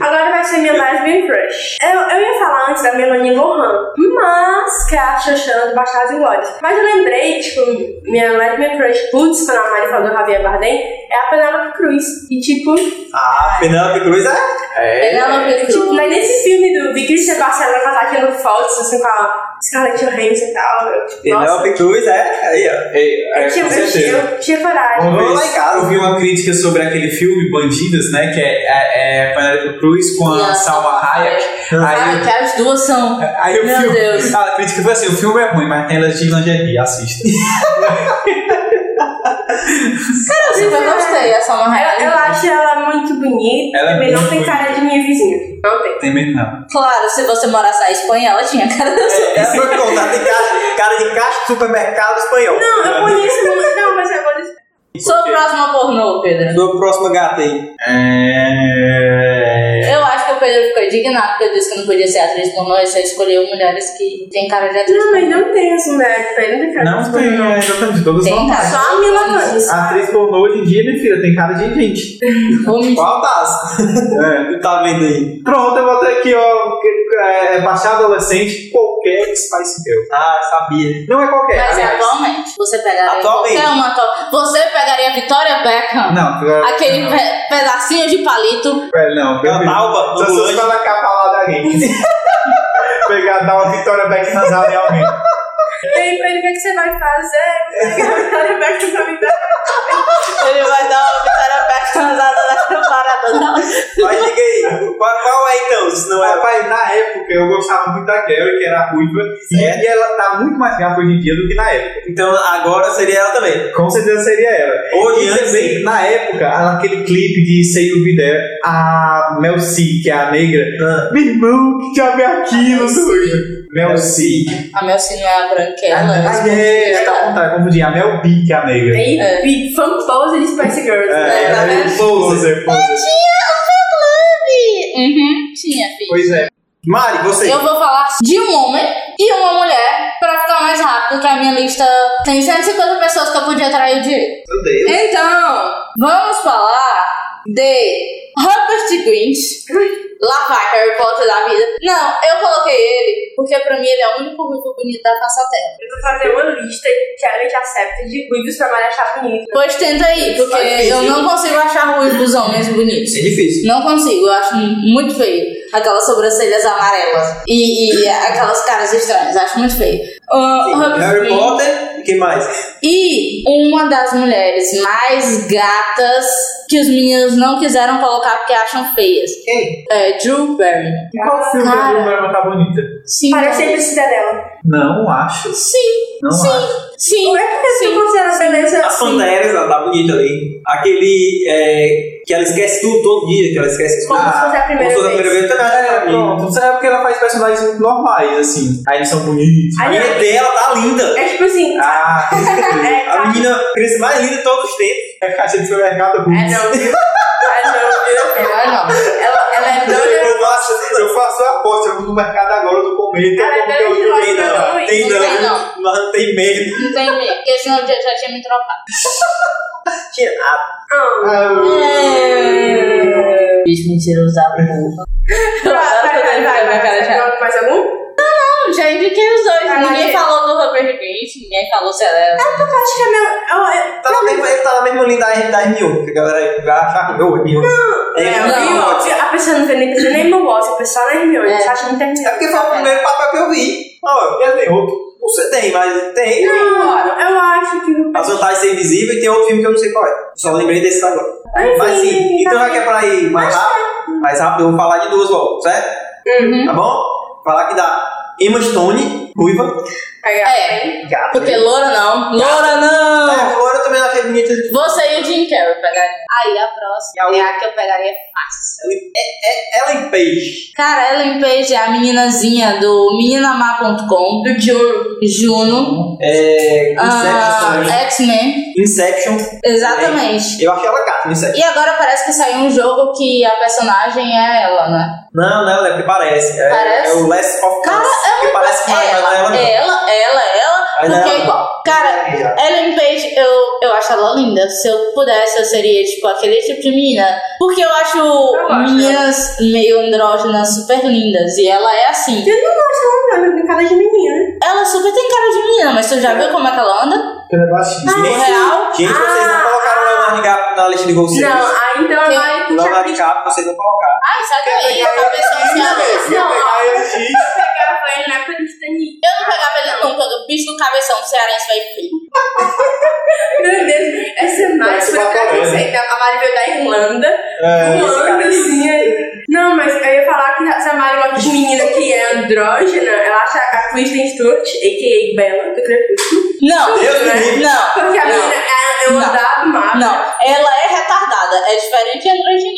S4: Agora vai ser minha lesbian crush. Eu, eu ia falar antes da Melanie Lohan, mas que é a Xoxana do Bastardos e Glórias. Mas eu lembrei, tipo, minha lesbian crush, putz, quando a Mari falou do Javier Bardem, é a Penélope Cruz. E tipo,
S2: Ah, Penelope Cruz é.
S1: Ele é uma
S4: é, tipo,
S1: pessoa.
S4: mas nesse filme do Vicky Sebastião, ela tá aqui no Falso, assim, com a Scarlett Johansson e tal. Eu, tipo, nossa,
S2: Penelope Cruz é. Aí, ó.
S3: É, é,
S4: eu, tinha,
S3: com
S4: eu,
S3: certeza.
S4: eu tinha coragem.
S2: Vamos
S3: Uma
S2: ver.
S3: vez eu vi uma crítica sobre aquele filme Bandidas, né? Que é, é, é Penélope Cruz com
S1: E
S3: a
S1: a
S3: Salma Hayek.
S1: Cara,
S3: Aí,
S1: que as duas são.
S3: aí o
S1: Ah, tá. Meu
S3: filme.
S1: Deus.
S3: A crítica foi assim: o filme é ruim, mas tem elas de lingerie, assista.
S1: Cara, eu super gostei é essa
S4: Eu, eu
S1: marra.
S4: acho ela muito bonita,
S3: Ela é
S4: também não
S3: muito
S4: tem cara de minha vizinha. Não tem.
S3: Tem medo, não.
S1: Claro, se você morasse na Espanha, ela tinha cara da sua.
S2: Essa foi conta. Ela tem cara, cara Tá de caixa de supermercado espanhol.
S4: Não, eu
S3: é
S4: conheço muito. Não, mas eu conheço.
S1: Sou próxima pornô, Pedro.
S2: Do próximo gato aí.
S3: É.
S1: Eu acho que eu Pedro ficou indignado porque eu disse que não podia ser atriz pornô e só escolheu mulheres que tem cara de atriz
S4: Não, mas não tem as mulheres, velho. tá Não
S3: Não tem,
S4: tem cara de pornô.
S3: é, exatamente, todas
S1: Tem tá.
S3: são.
S1: cara.
S4: Só a Mila Kunis.
S3: A atriz pornô hoje em dia, minha filha, tem cara de gente.
S1: Vou mentir.
S2: Qual das?
S3: É.
S2: Tá vendo aí?
S3: Pronto, eu botei aqui, ó, que- é, baixar adolescente, qualquer Spice Girl.
S2: Ah, sabia.
S3: Não é qualquer.
S1: Mas
S3: aliás.
S1: atualmente, você pegaria
S2: Atualmente.
S1: qualquer uma atual... Você pegaria Victoria Beckham?
S3: Não, é-
S1: Aquele
S3: não.
S1: pe- pedacinho de palito.
S3: É, não,
S2: É a Dalva,
S3: Só
S2: do
S3: se
S2: Anjo.
S3: você na capa lá da gente. Pegar, dar uma vitória back nas áreas realmente.
S4: E aí, pra ele ver o que você vai fazer. Cara, vai que pra mim dá.
S9: Então, Ele vai dar uma vitória personalizada nessa parada, não.
S2: Mas diga aí, qual, qual é então? Se não é.
S3: Rapaz, na época eu gostava muito da Carrie, que era a ruiva, e,
S2: Certo.
S3: e ela tá muito mais gata hoje em dia do que na época.
S2: Então agora seria ela também.
S3: Com certeza seria ela.
S2: Hoje, é assim.
S3: e
S2: antes,
S3: também,
S2: sim.
S3: na época, naquele clipe de Say You Be There, a Mel C, que é a negra,
S2: Ah.
S3: meu irmão, que diabo é aquilo,
S1: Mel C.
S3: doido? Mel C.
S1: A meu sino é a branquela. né?
S3: Ah, é, é, tá à vontade, vamos dizer, a Mel B, que é a negra.
S4: Aí,
S1: É.
S4: e fanpose de Spice Girls, né? Tá
S3: É,
S4: vendo?
S3: poser, poser.
S1: Uhum, tinha, filho.
S3: Pois é.
S2: Mari, você.
S1: Eu vou falar de um homem e uma mulher pra ficar mais rápido, que a minha lista tem 150 pessoas que eu podia trair o direito.
S2: Meu Deus.
S9: É
S1: Então, vamos falar de Robert Grinch. Lá vai Harry Potter da vida. Não, eu coloquei ele porque pra mim ele é o único ruivo bonito da passatela.
S4: Eu vou fazer uma lista que a gente acerta de ruivos pra Maria achar bonito.
S1: Pois tenta aí, porque eu não consigo achar ruivos homens bonitos.
S2: É difícil.
S1: Não consigo, eu acho muito feio. Aquelas sobrancelhas amarelas e, e aquelas caras estranhas, acho muito feio. Ah,
S2: Sim.
S1: Robert
S2: Harry
S1: Green.
S2: Potter e quem mais?
S1: E uma das mulheres mais gatas que os meninos não quiseram colocar porque acham feias.
S2: Quem?
S1: É Drew Barrymore.
S3: Qual filme
S1: Cara.
S3: a Mulher tá bonita?
S1: Sim.
S4: Parece sempre cidadela.
S3: Não acho.
S1: Sim.
S3: Não
S1: sim.
S3: acho.
S1: Sim.
S4: Como é que você
S1: Sim.
S4: considera beleza
S2: A
S4: assim?
S2: Panteras, ela tá bonita ali. Aquele é, que ela esquece tudo todo dia, que ela esquece
S4: Como se fosse a
S2: Como se
S4: primeira
S2: fosse a
S4: vez.
S2: primeira vez, também acho que ela
S3: É,
S2: tá bonita.
S3: pronto. É porque ela faz personagens muito normais, assim. Aí eles são bonitos.
S2: A
S4: Aí,
S2: menina dela tá linda.
S4: É tipo assim.
S3: Ah, com certeza.
S4: É,
S2: A menina cresce mais linda de todos os tempos.
S3: É caixa de supermercado
S4: É
S3: ruim.
S4: não, viu? É não, viu?
S1: Ela não.
S4: Ela, ela é doida.
S2: Eu faço
S3: Eu faço a aposta, eu vou no mercado agora do comer, tem
S4: Cara,
S3: como
S4: deve
S3: que
S4: de
S3: eu
S4: lá.
S2: Tem não, tem
S1: Não tem não.
S2: não, mas não tem medo.
S1: Não tem medo, porque senão eu já, já tinha me trocado.
S2: Tinha a
S4: Ah,
S1: É. Bicho mentiroso da porra.
S4: vai, vai, vai, vai, vai. Você Mais algum?
S1: Não, já indiquei os dois.
S4: Vai, vai.
S1: ninguém falou do Robert Grint, ninguém falou Celeste.
S4: Eu acho que é meu. eu- eu-
S2: tá na mesma, ele tá na mesma linha da, da Hermione, que a galera vai achar que eu, Hermione. É,
S4: É,
S1: não.
S4: o Watts. A pessoa não vê nem nem meu Watts, a pessoa não é Hermione,
S1: É.
S4: você acha muito Hermione.
S2: É porque foi o primeiro papel que eu vi. Ó,
S3: Eu tenho outro.
S2: você tem, mas tem.
S4: Não, eu acho que o
S2: As vantagens de ser invisível e tem outro filme que eu não sei qual é. Só lembrei desse agora. Mas sim, tá. então já que é pra ir mais rápido, mais rápido, eu vou falar de duas logo, certo? Tá bom? Falar que dá Emma Stone, ruiva.
S1: É, porque Loura não. Loura
S2: É,
S1: não!
S2: a Flora também achei bonita.
S1: Você e o Jim Carrey pegariam. Aí a próxima é a que eu pegaria fácil.
S2: Ellen Page.
S1: Cara, Ellen Page é a meninazinha do meninamar.com. Do Juno. Juno.
S2: É,
S1: Ah,
S2: Inception.
S1: X-Men.
S2: Inception.
S1: Exatamente.
S2: Eu achei ela gata no Inception.
S1: E agora parece que saiu um jogo que a personagem é ela, né?
S2: Não, não, é porque parece. É,
S1: Parece?
S2: é o Last of Us.
S1: Cara,
S2: que parece mais, mas não é ela
S1: Ela,
S2: não.
S1: ela, ela, ela.
S2: Mas
S1: Porque
S2: ela-
S1: é igual. Cara, Ellen Page, eu, eu acho ela linda. Se eu pudesse, eu seria, tipo, aquele tipo de menina. Porque eu acho
S4: gosto
S1: meninas meio andrógenas super lindas. E ela é assim.
S4: Eu não gosto dela, um não, tem cara de menina.
S1: Ela super tem cara de menina, mas tu já viu como é que ela anda?
S3: Ele é baixinho.
S1: No real.
S2: Gente, vocês não colocaram o Leonardo DiCaprio na lista de vocês.
S4: Não, aí então
S1: Quem?
S4: ela vai puxar a
S2: Leonardo
S4: gente.
S2: DiCaprio, vocês não colocaram.
S1: Ai, sabe aí, a pessoa se
S3: Eu ia
S1: Não,
S3: pegar ele aqui.
S4: pegar pra ele na época do Titanic.
S1: eu não pegava ele nunca, do bicho do cabeção do cearense vai feio.
S4: Meu Deus, essa é Mari
S3: Parece
S4: foi
S3: uma
S4: preconceito. né? A Mari veio da Irlanda.
S3: É,
S4: Irlanda, assim, aí. Não, mas eu ia falar que essa Mari gosta de menina que é andrógena. Ela acha a Kristen Stewart, a.k.a. Bella, do Crepúsculo.
S1: Não,
S2: Deus
S4: né?
S2: me livre.
S1: não,
S4: Porque a
S1: Não.
S4: menina é, é
S1: Não.
S4: o andar do mar.
S1: não. Ela é retardada, é diferente de androginia.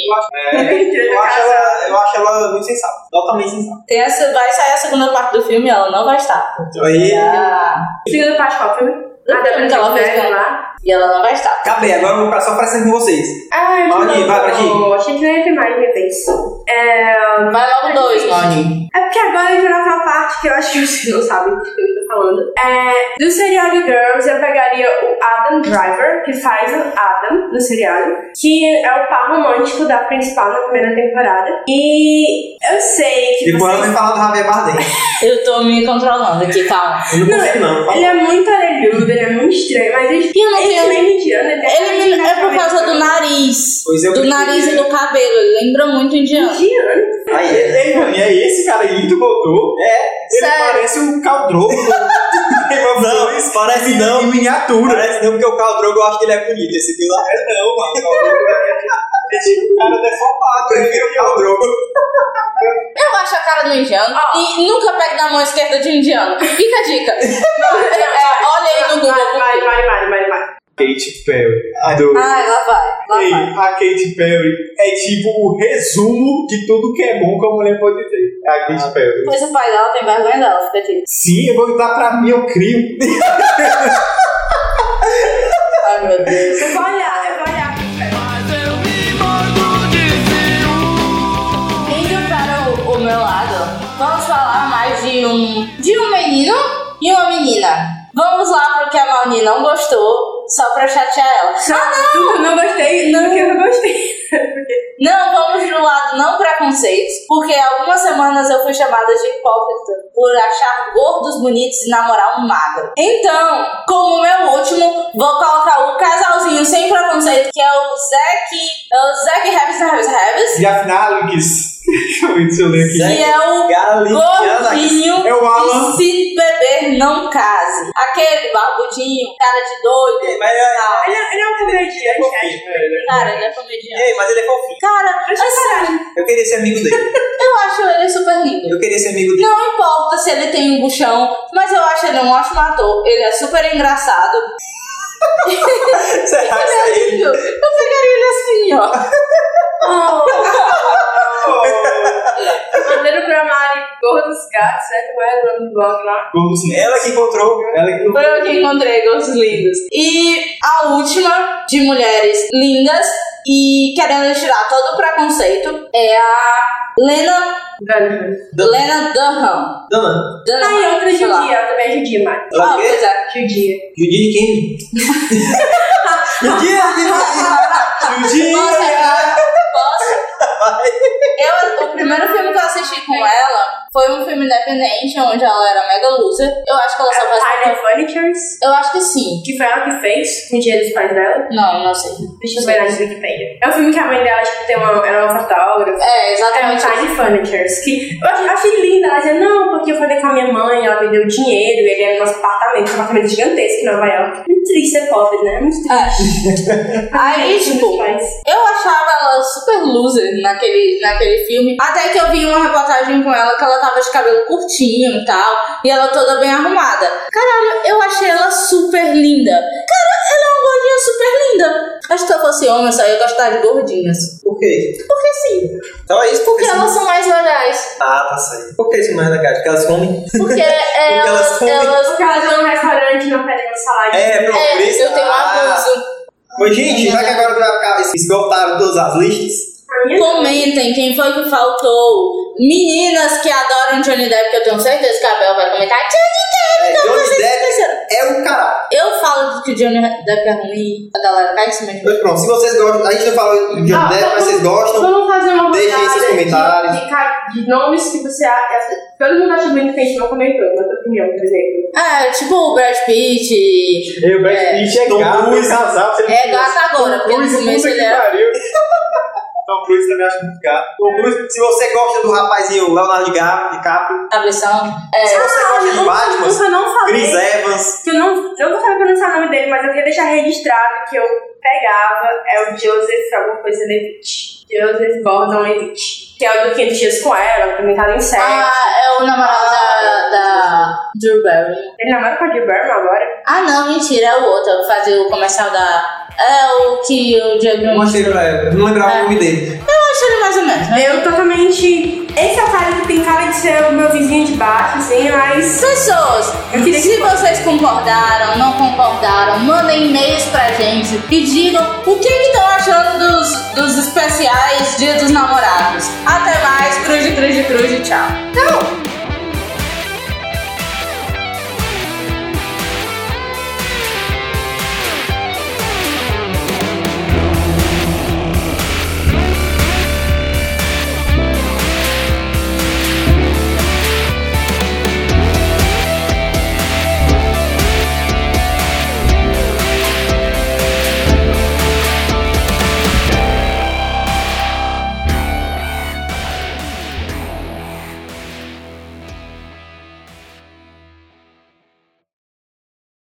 S2: É, eu, acho ela, eu acho ela muito sensata. Totalmente sensata. Então,
S1: Tem essa, vai sair a segunda parte do filme, ela não vai estar.
S2: Aí,
S1: Ah,
S4: Segunda parte, qual filme?
S1: Eu
S4: Ah, da
S1: lembro que ela fez
S4: Branca de
S1: com-
S4: lá.
S1: e ela não vai estar.
S2: acabei. Agora eu vou pra- só pra ser com vocês.
S4: Ai,
S2: Onde?
S4: que
S2: Vai pra
S4: bom. Achei que não ia ter terminar de minha vez. É...
S9: Vai logo dois, Noni.
S4: É porque agora entra naquela parte que eu acho que vocês não sabem do que eu tô falando. É, do seriado Girls, eu pegaria o Adam Driver, que faz o Adam no seriado, que é o par romântico da principal na primeira temporada. E eu sei que.
S2: E é
S4: vocês-
S2: quando ele fala do Javier Bardem.
S9: Eu tô me controlando aqui, calma.
S2: Eu não consigo, não.
S4: Ele é muito orelhudo, ele é muito estranho, mas ele,
S1: E eu não
S4: ele
S1: tenho-
S4: é indiano. Ele, tem
S1: Ele me-
S4: cara
S1: é
S4: de
S1: por causa do
S4: americano.
S1: nariz.
S2: Pois eu
S1: Do
S2: prefiro-
S1: nariz e do cabelo. Ele lembra muito indiano.
S4: Indiano?
S2: Aí é.
S3: Ei, mano, é esse cara aí do Godô? É. Ele parece um caldrogo.
S2: Não, parece
S3: Não, em
S2: não.
S3: miniatura.
S2: Parece não, porque o Carl Drogo eu acho que ele é bonito. Esse filho lá é não, mano.
S3: É tipo um cara deformado. um
S2: Prefiro o Carl Drogo.
S1: Eu acho a cara do indiano. E nunca pego na mão esquerda de um indiano. Fica a dica. É, é, olha aí no Google.
S4: Vai, vai, vai, vai, vai.
S3: Kate Perry. Do...
S1: Ai, lá vai. Lá
S3: Ei,
S1: vai.
S3: a Kate Perry é tipo o resumo de tudo que é bom que a mulher pode ter. É a Kate Perry.
S6: Ah. Mas o pai dela tem vergonha dela, fica tipo. triste.
S3: Sim, eu vou dar pra mim, eu crio.
S6: Ai, meu Deus.
S4: Eu vou olhar, eu vou olhar.
S1: Indo para o, o meu lado, vamos falar mais de um, de um menino e uma menina. Vamos lá pro que a Mauni não gostou, só pra chatear ela. Ah, não!
S4: Eu não gostei, não que eu não gostei. Porque-
S1: Não vamos do lado não preconceitos, porque algumas semanas eu fui chamada de hipócrita por achar gordos bonitos e namorar um magro. Então, como meu último, vou colocar o casalzinho sem preconceito, que é o Zac, é o Zac Harris, Harris, Harris,
S3: E afinal, Alex, deixa eu ler aqui.
S1: que é o
S2: Galiciana.
S1: Gordinho
S3: É o Alan.
S1: que se beber não case. Aquele barbudinho, cara de doido.
S2: Mas é-
S4: Ele, é- ele é um comediante, né?
S1: Cara, ele é comediante.
S2: Ei, mas ele é fofinho.
S1: Cara,
S4: Deixa eu
S1: assim,
S2: Eu queria ser amigo dele.
S1: eu acho ele super lindo.
S2: Eu queria ser amigo dele.
S1: Não importa se ele tem um buchão, mas eu acho ele um ótimo ator. Ele é super engraçado.
S2: Será que
S1: Ele é
S2: é ele?
S1: lindo. Eu pegaria ele assim, ó.
S4: Oh. Mandando pra Mari, Gorra dos Gatos, né? Como é o nome do blog lá?
S2: Ela que encontrou.
S3: Ela que não
S1: Foi eu que encontrei gostos lindos. E a última de mulheres lindas e querendo tirar todo o preconceito é a Lena,
S4: Dani.
S1: Lena Dunham.
S2: Dana.
S1: Dunham,
S4: Tá aí outra
S1: sei lá.
S4: judia, ela também é judia, Mari.
S2: Ela
S1: Ah,
S2: o quê?
S1: pois é.
S4: Judia.
S2: Judia de quem? Judia de quem?
S1: Posso
S2: Judia.
S1: agora? Posso? Eu, o primeiro filme que eu assisti com ela foi um filme independente, onde ela era mega loser. Eu acho que ela só
S4: Tyler
S1: faz.
S4: Furnitures,
S1: Eu acho que sim.
S4: que foi ela que fez com o dinheiro dos pais dela.
S1: Não, não sei.
S4: Deixa eu ver na Wikipedia. É um filme que a mãe dela, tipo, tem uma, era uma fotógrafa. É
S1: É,
S4: o
S1: exatamente.
S4: Tiny Furnitures, que eu ach- achei linda. Ela dizia, não, porque eu falei com a minha mãe, ela me deu dinheiro, ele era no nosso apartamento, um apartamento gigantesco em Nova York. Muito triste ser pobre, né? Muito triste.
S1: É. Aí, tipo, eu achava ela super loser naquele, naquele filme. Até que eu vi uma reportagem com ela que ela tava de cabelo curtinho e tal. E ela toda bem arrumada. Caralho, eu achei ela super linda. Cara, ela é uma gordinha super linda. Acho que se eu fosse homem, eu só ia gostar de gordinhas.
S2: Por quê?
S1: Porque sim.
S2: Então é isso.
S1: Porque elas são mais legais.
S2: Ah, tá saindo. Por que isso mais legais? Porque elas comem.
S1: Porque é,
S2: elas
S1: elas. elas
S4: Porque elas vão no restaurante e não pedem uma salada.
S2: É, pronto. por
S1: é,
S2: isso.
S1: eu tenho um
S2: Ah.
S1: abuso.
S2: Mas, gente, já que agora vai ficar esgotaram tá todas as listas,
S4: Pra mim,
S1: Comentem quem foi que faltou. Meninas que adoram Johnny Depp, que eu tenho certeza que a Bel vai comentar. Johnny
S2: é,
S1: Depp!
S2: Johnny
S1: esqueceram.
S2: Depp é
S7: um
S2: o caralho.
S1: Eu falo que Johnny Depp é ruim, a galera cai em cima de mim.
S2: Mas pronto, se vocês gostam, a gente não falou de Johnny
S4: Ah,
S2: Depp, mas
S4: vamos-
S2: vocês gostam.
S4: Vamos fazer uma
S2: Deixem
S4: rodada
S2: seus
S4: de-
S2: comentários.
S4: De, ca- de nomes que você acha. Todo mundo acha bonito que a gente não comentou, na tua opinião, por exemplo.
S1: É, tipo o Brad Pitt.
S3: Eu, Brad Pitt é
S2: Tom
S3: gato,
S2: Cruise.
S3: é casado.
S1: É gato agora, porque no começo ele
S6: né?
S1: era.
S2: Então,
S3: Tom Cruise também acho muito gato.
S2: Tom Cruise, Então, Se você gosta do rapazinho Leonardo DiCaprio, DiCaprio
S1: Cabeção. É,
S2: se você gosta de Batman,
S4: Ah, eu não falei.
S2: Chris Evans,
S4: que eu não, eu não vou saber pronunciar o nome dele, mas eu queria deixar registrado que eu pegava é o Joseph alguma coisa Levitt. Joseph Gordon Levitt. Que é o do 500 dias com ela, também tá em série.
S1: ah, é o namorado da, da Drew Barry.
S4: Ele namora com a Jill Burma agora.
S1: Ah, não, mentira, é o outro. Fazer o comercial da. É o que o Diego.
S2: eu
S1: Eu
S2: não achei pra ela, não lembrava o nome dele.
S1: acho ele mais ou menos. né?
S4: Eu totalmente. Esse é o cara que tem cara de ser o meu vizinho de baixo, assim, mas.
S1: Pessoas,
S4: Eu queria que-
S1: se vocês concordaram, não concordaram, mandem e-mails pra gente e digam o que que estão achando dos dos especiais Dia dos Namorados. Até mais, cruz, cruz, cruz, tchau.
S4: Não!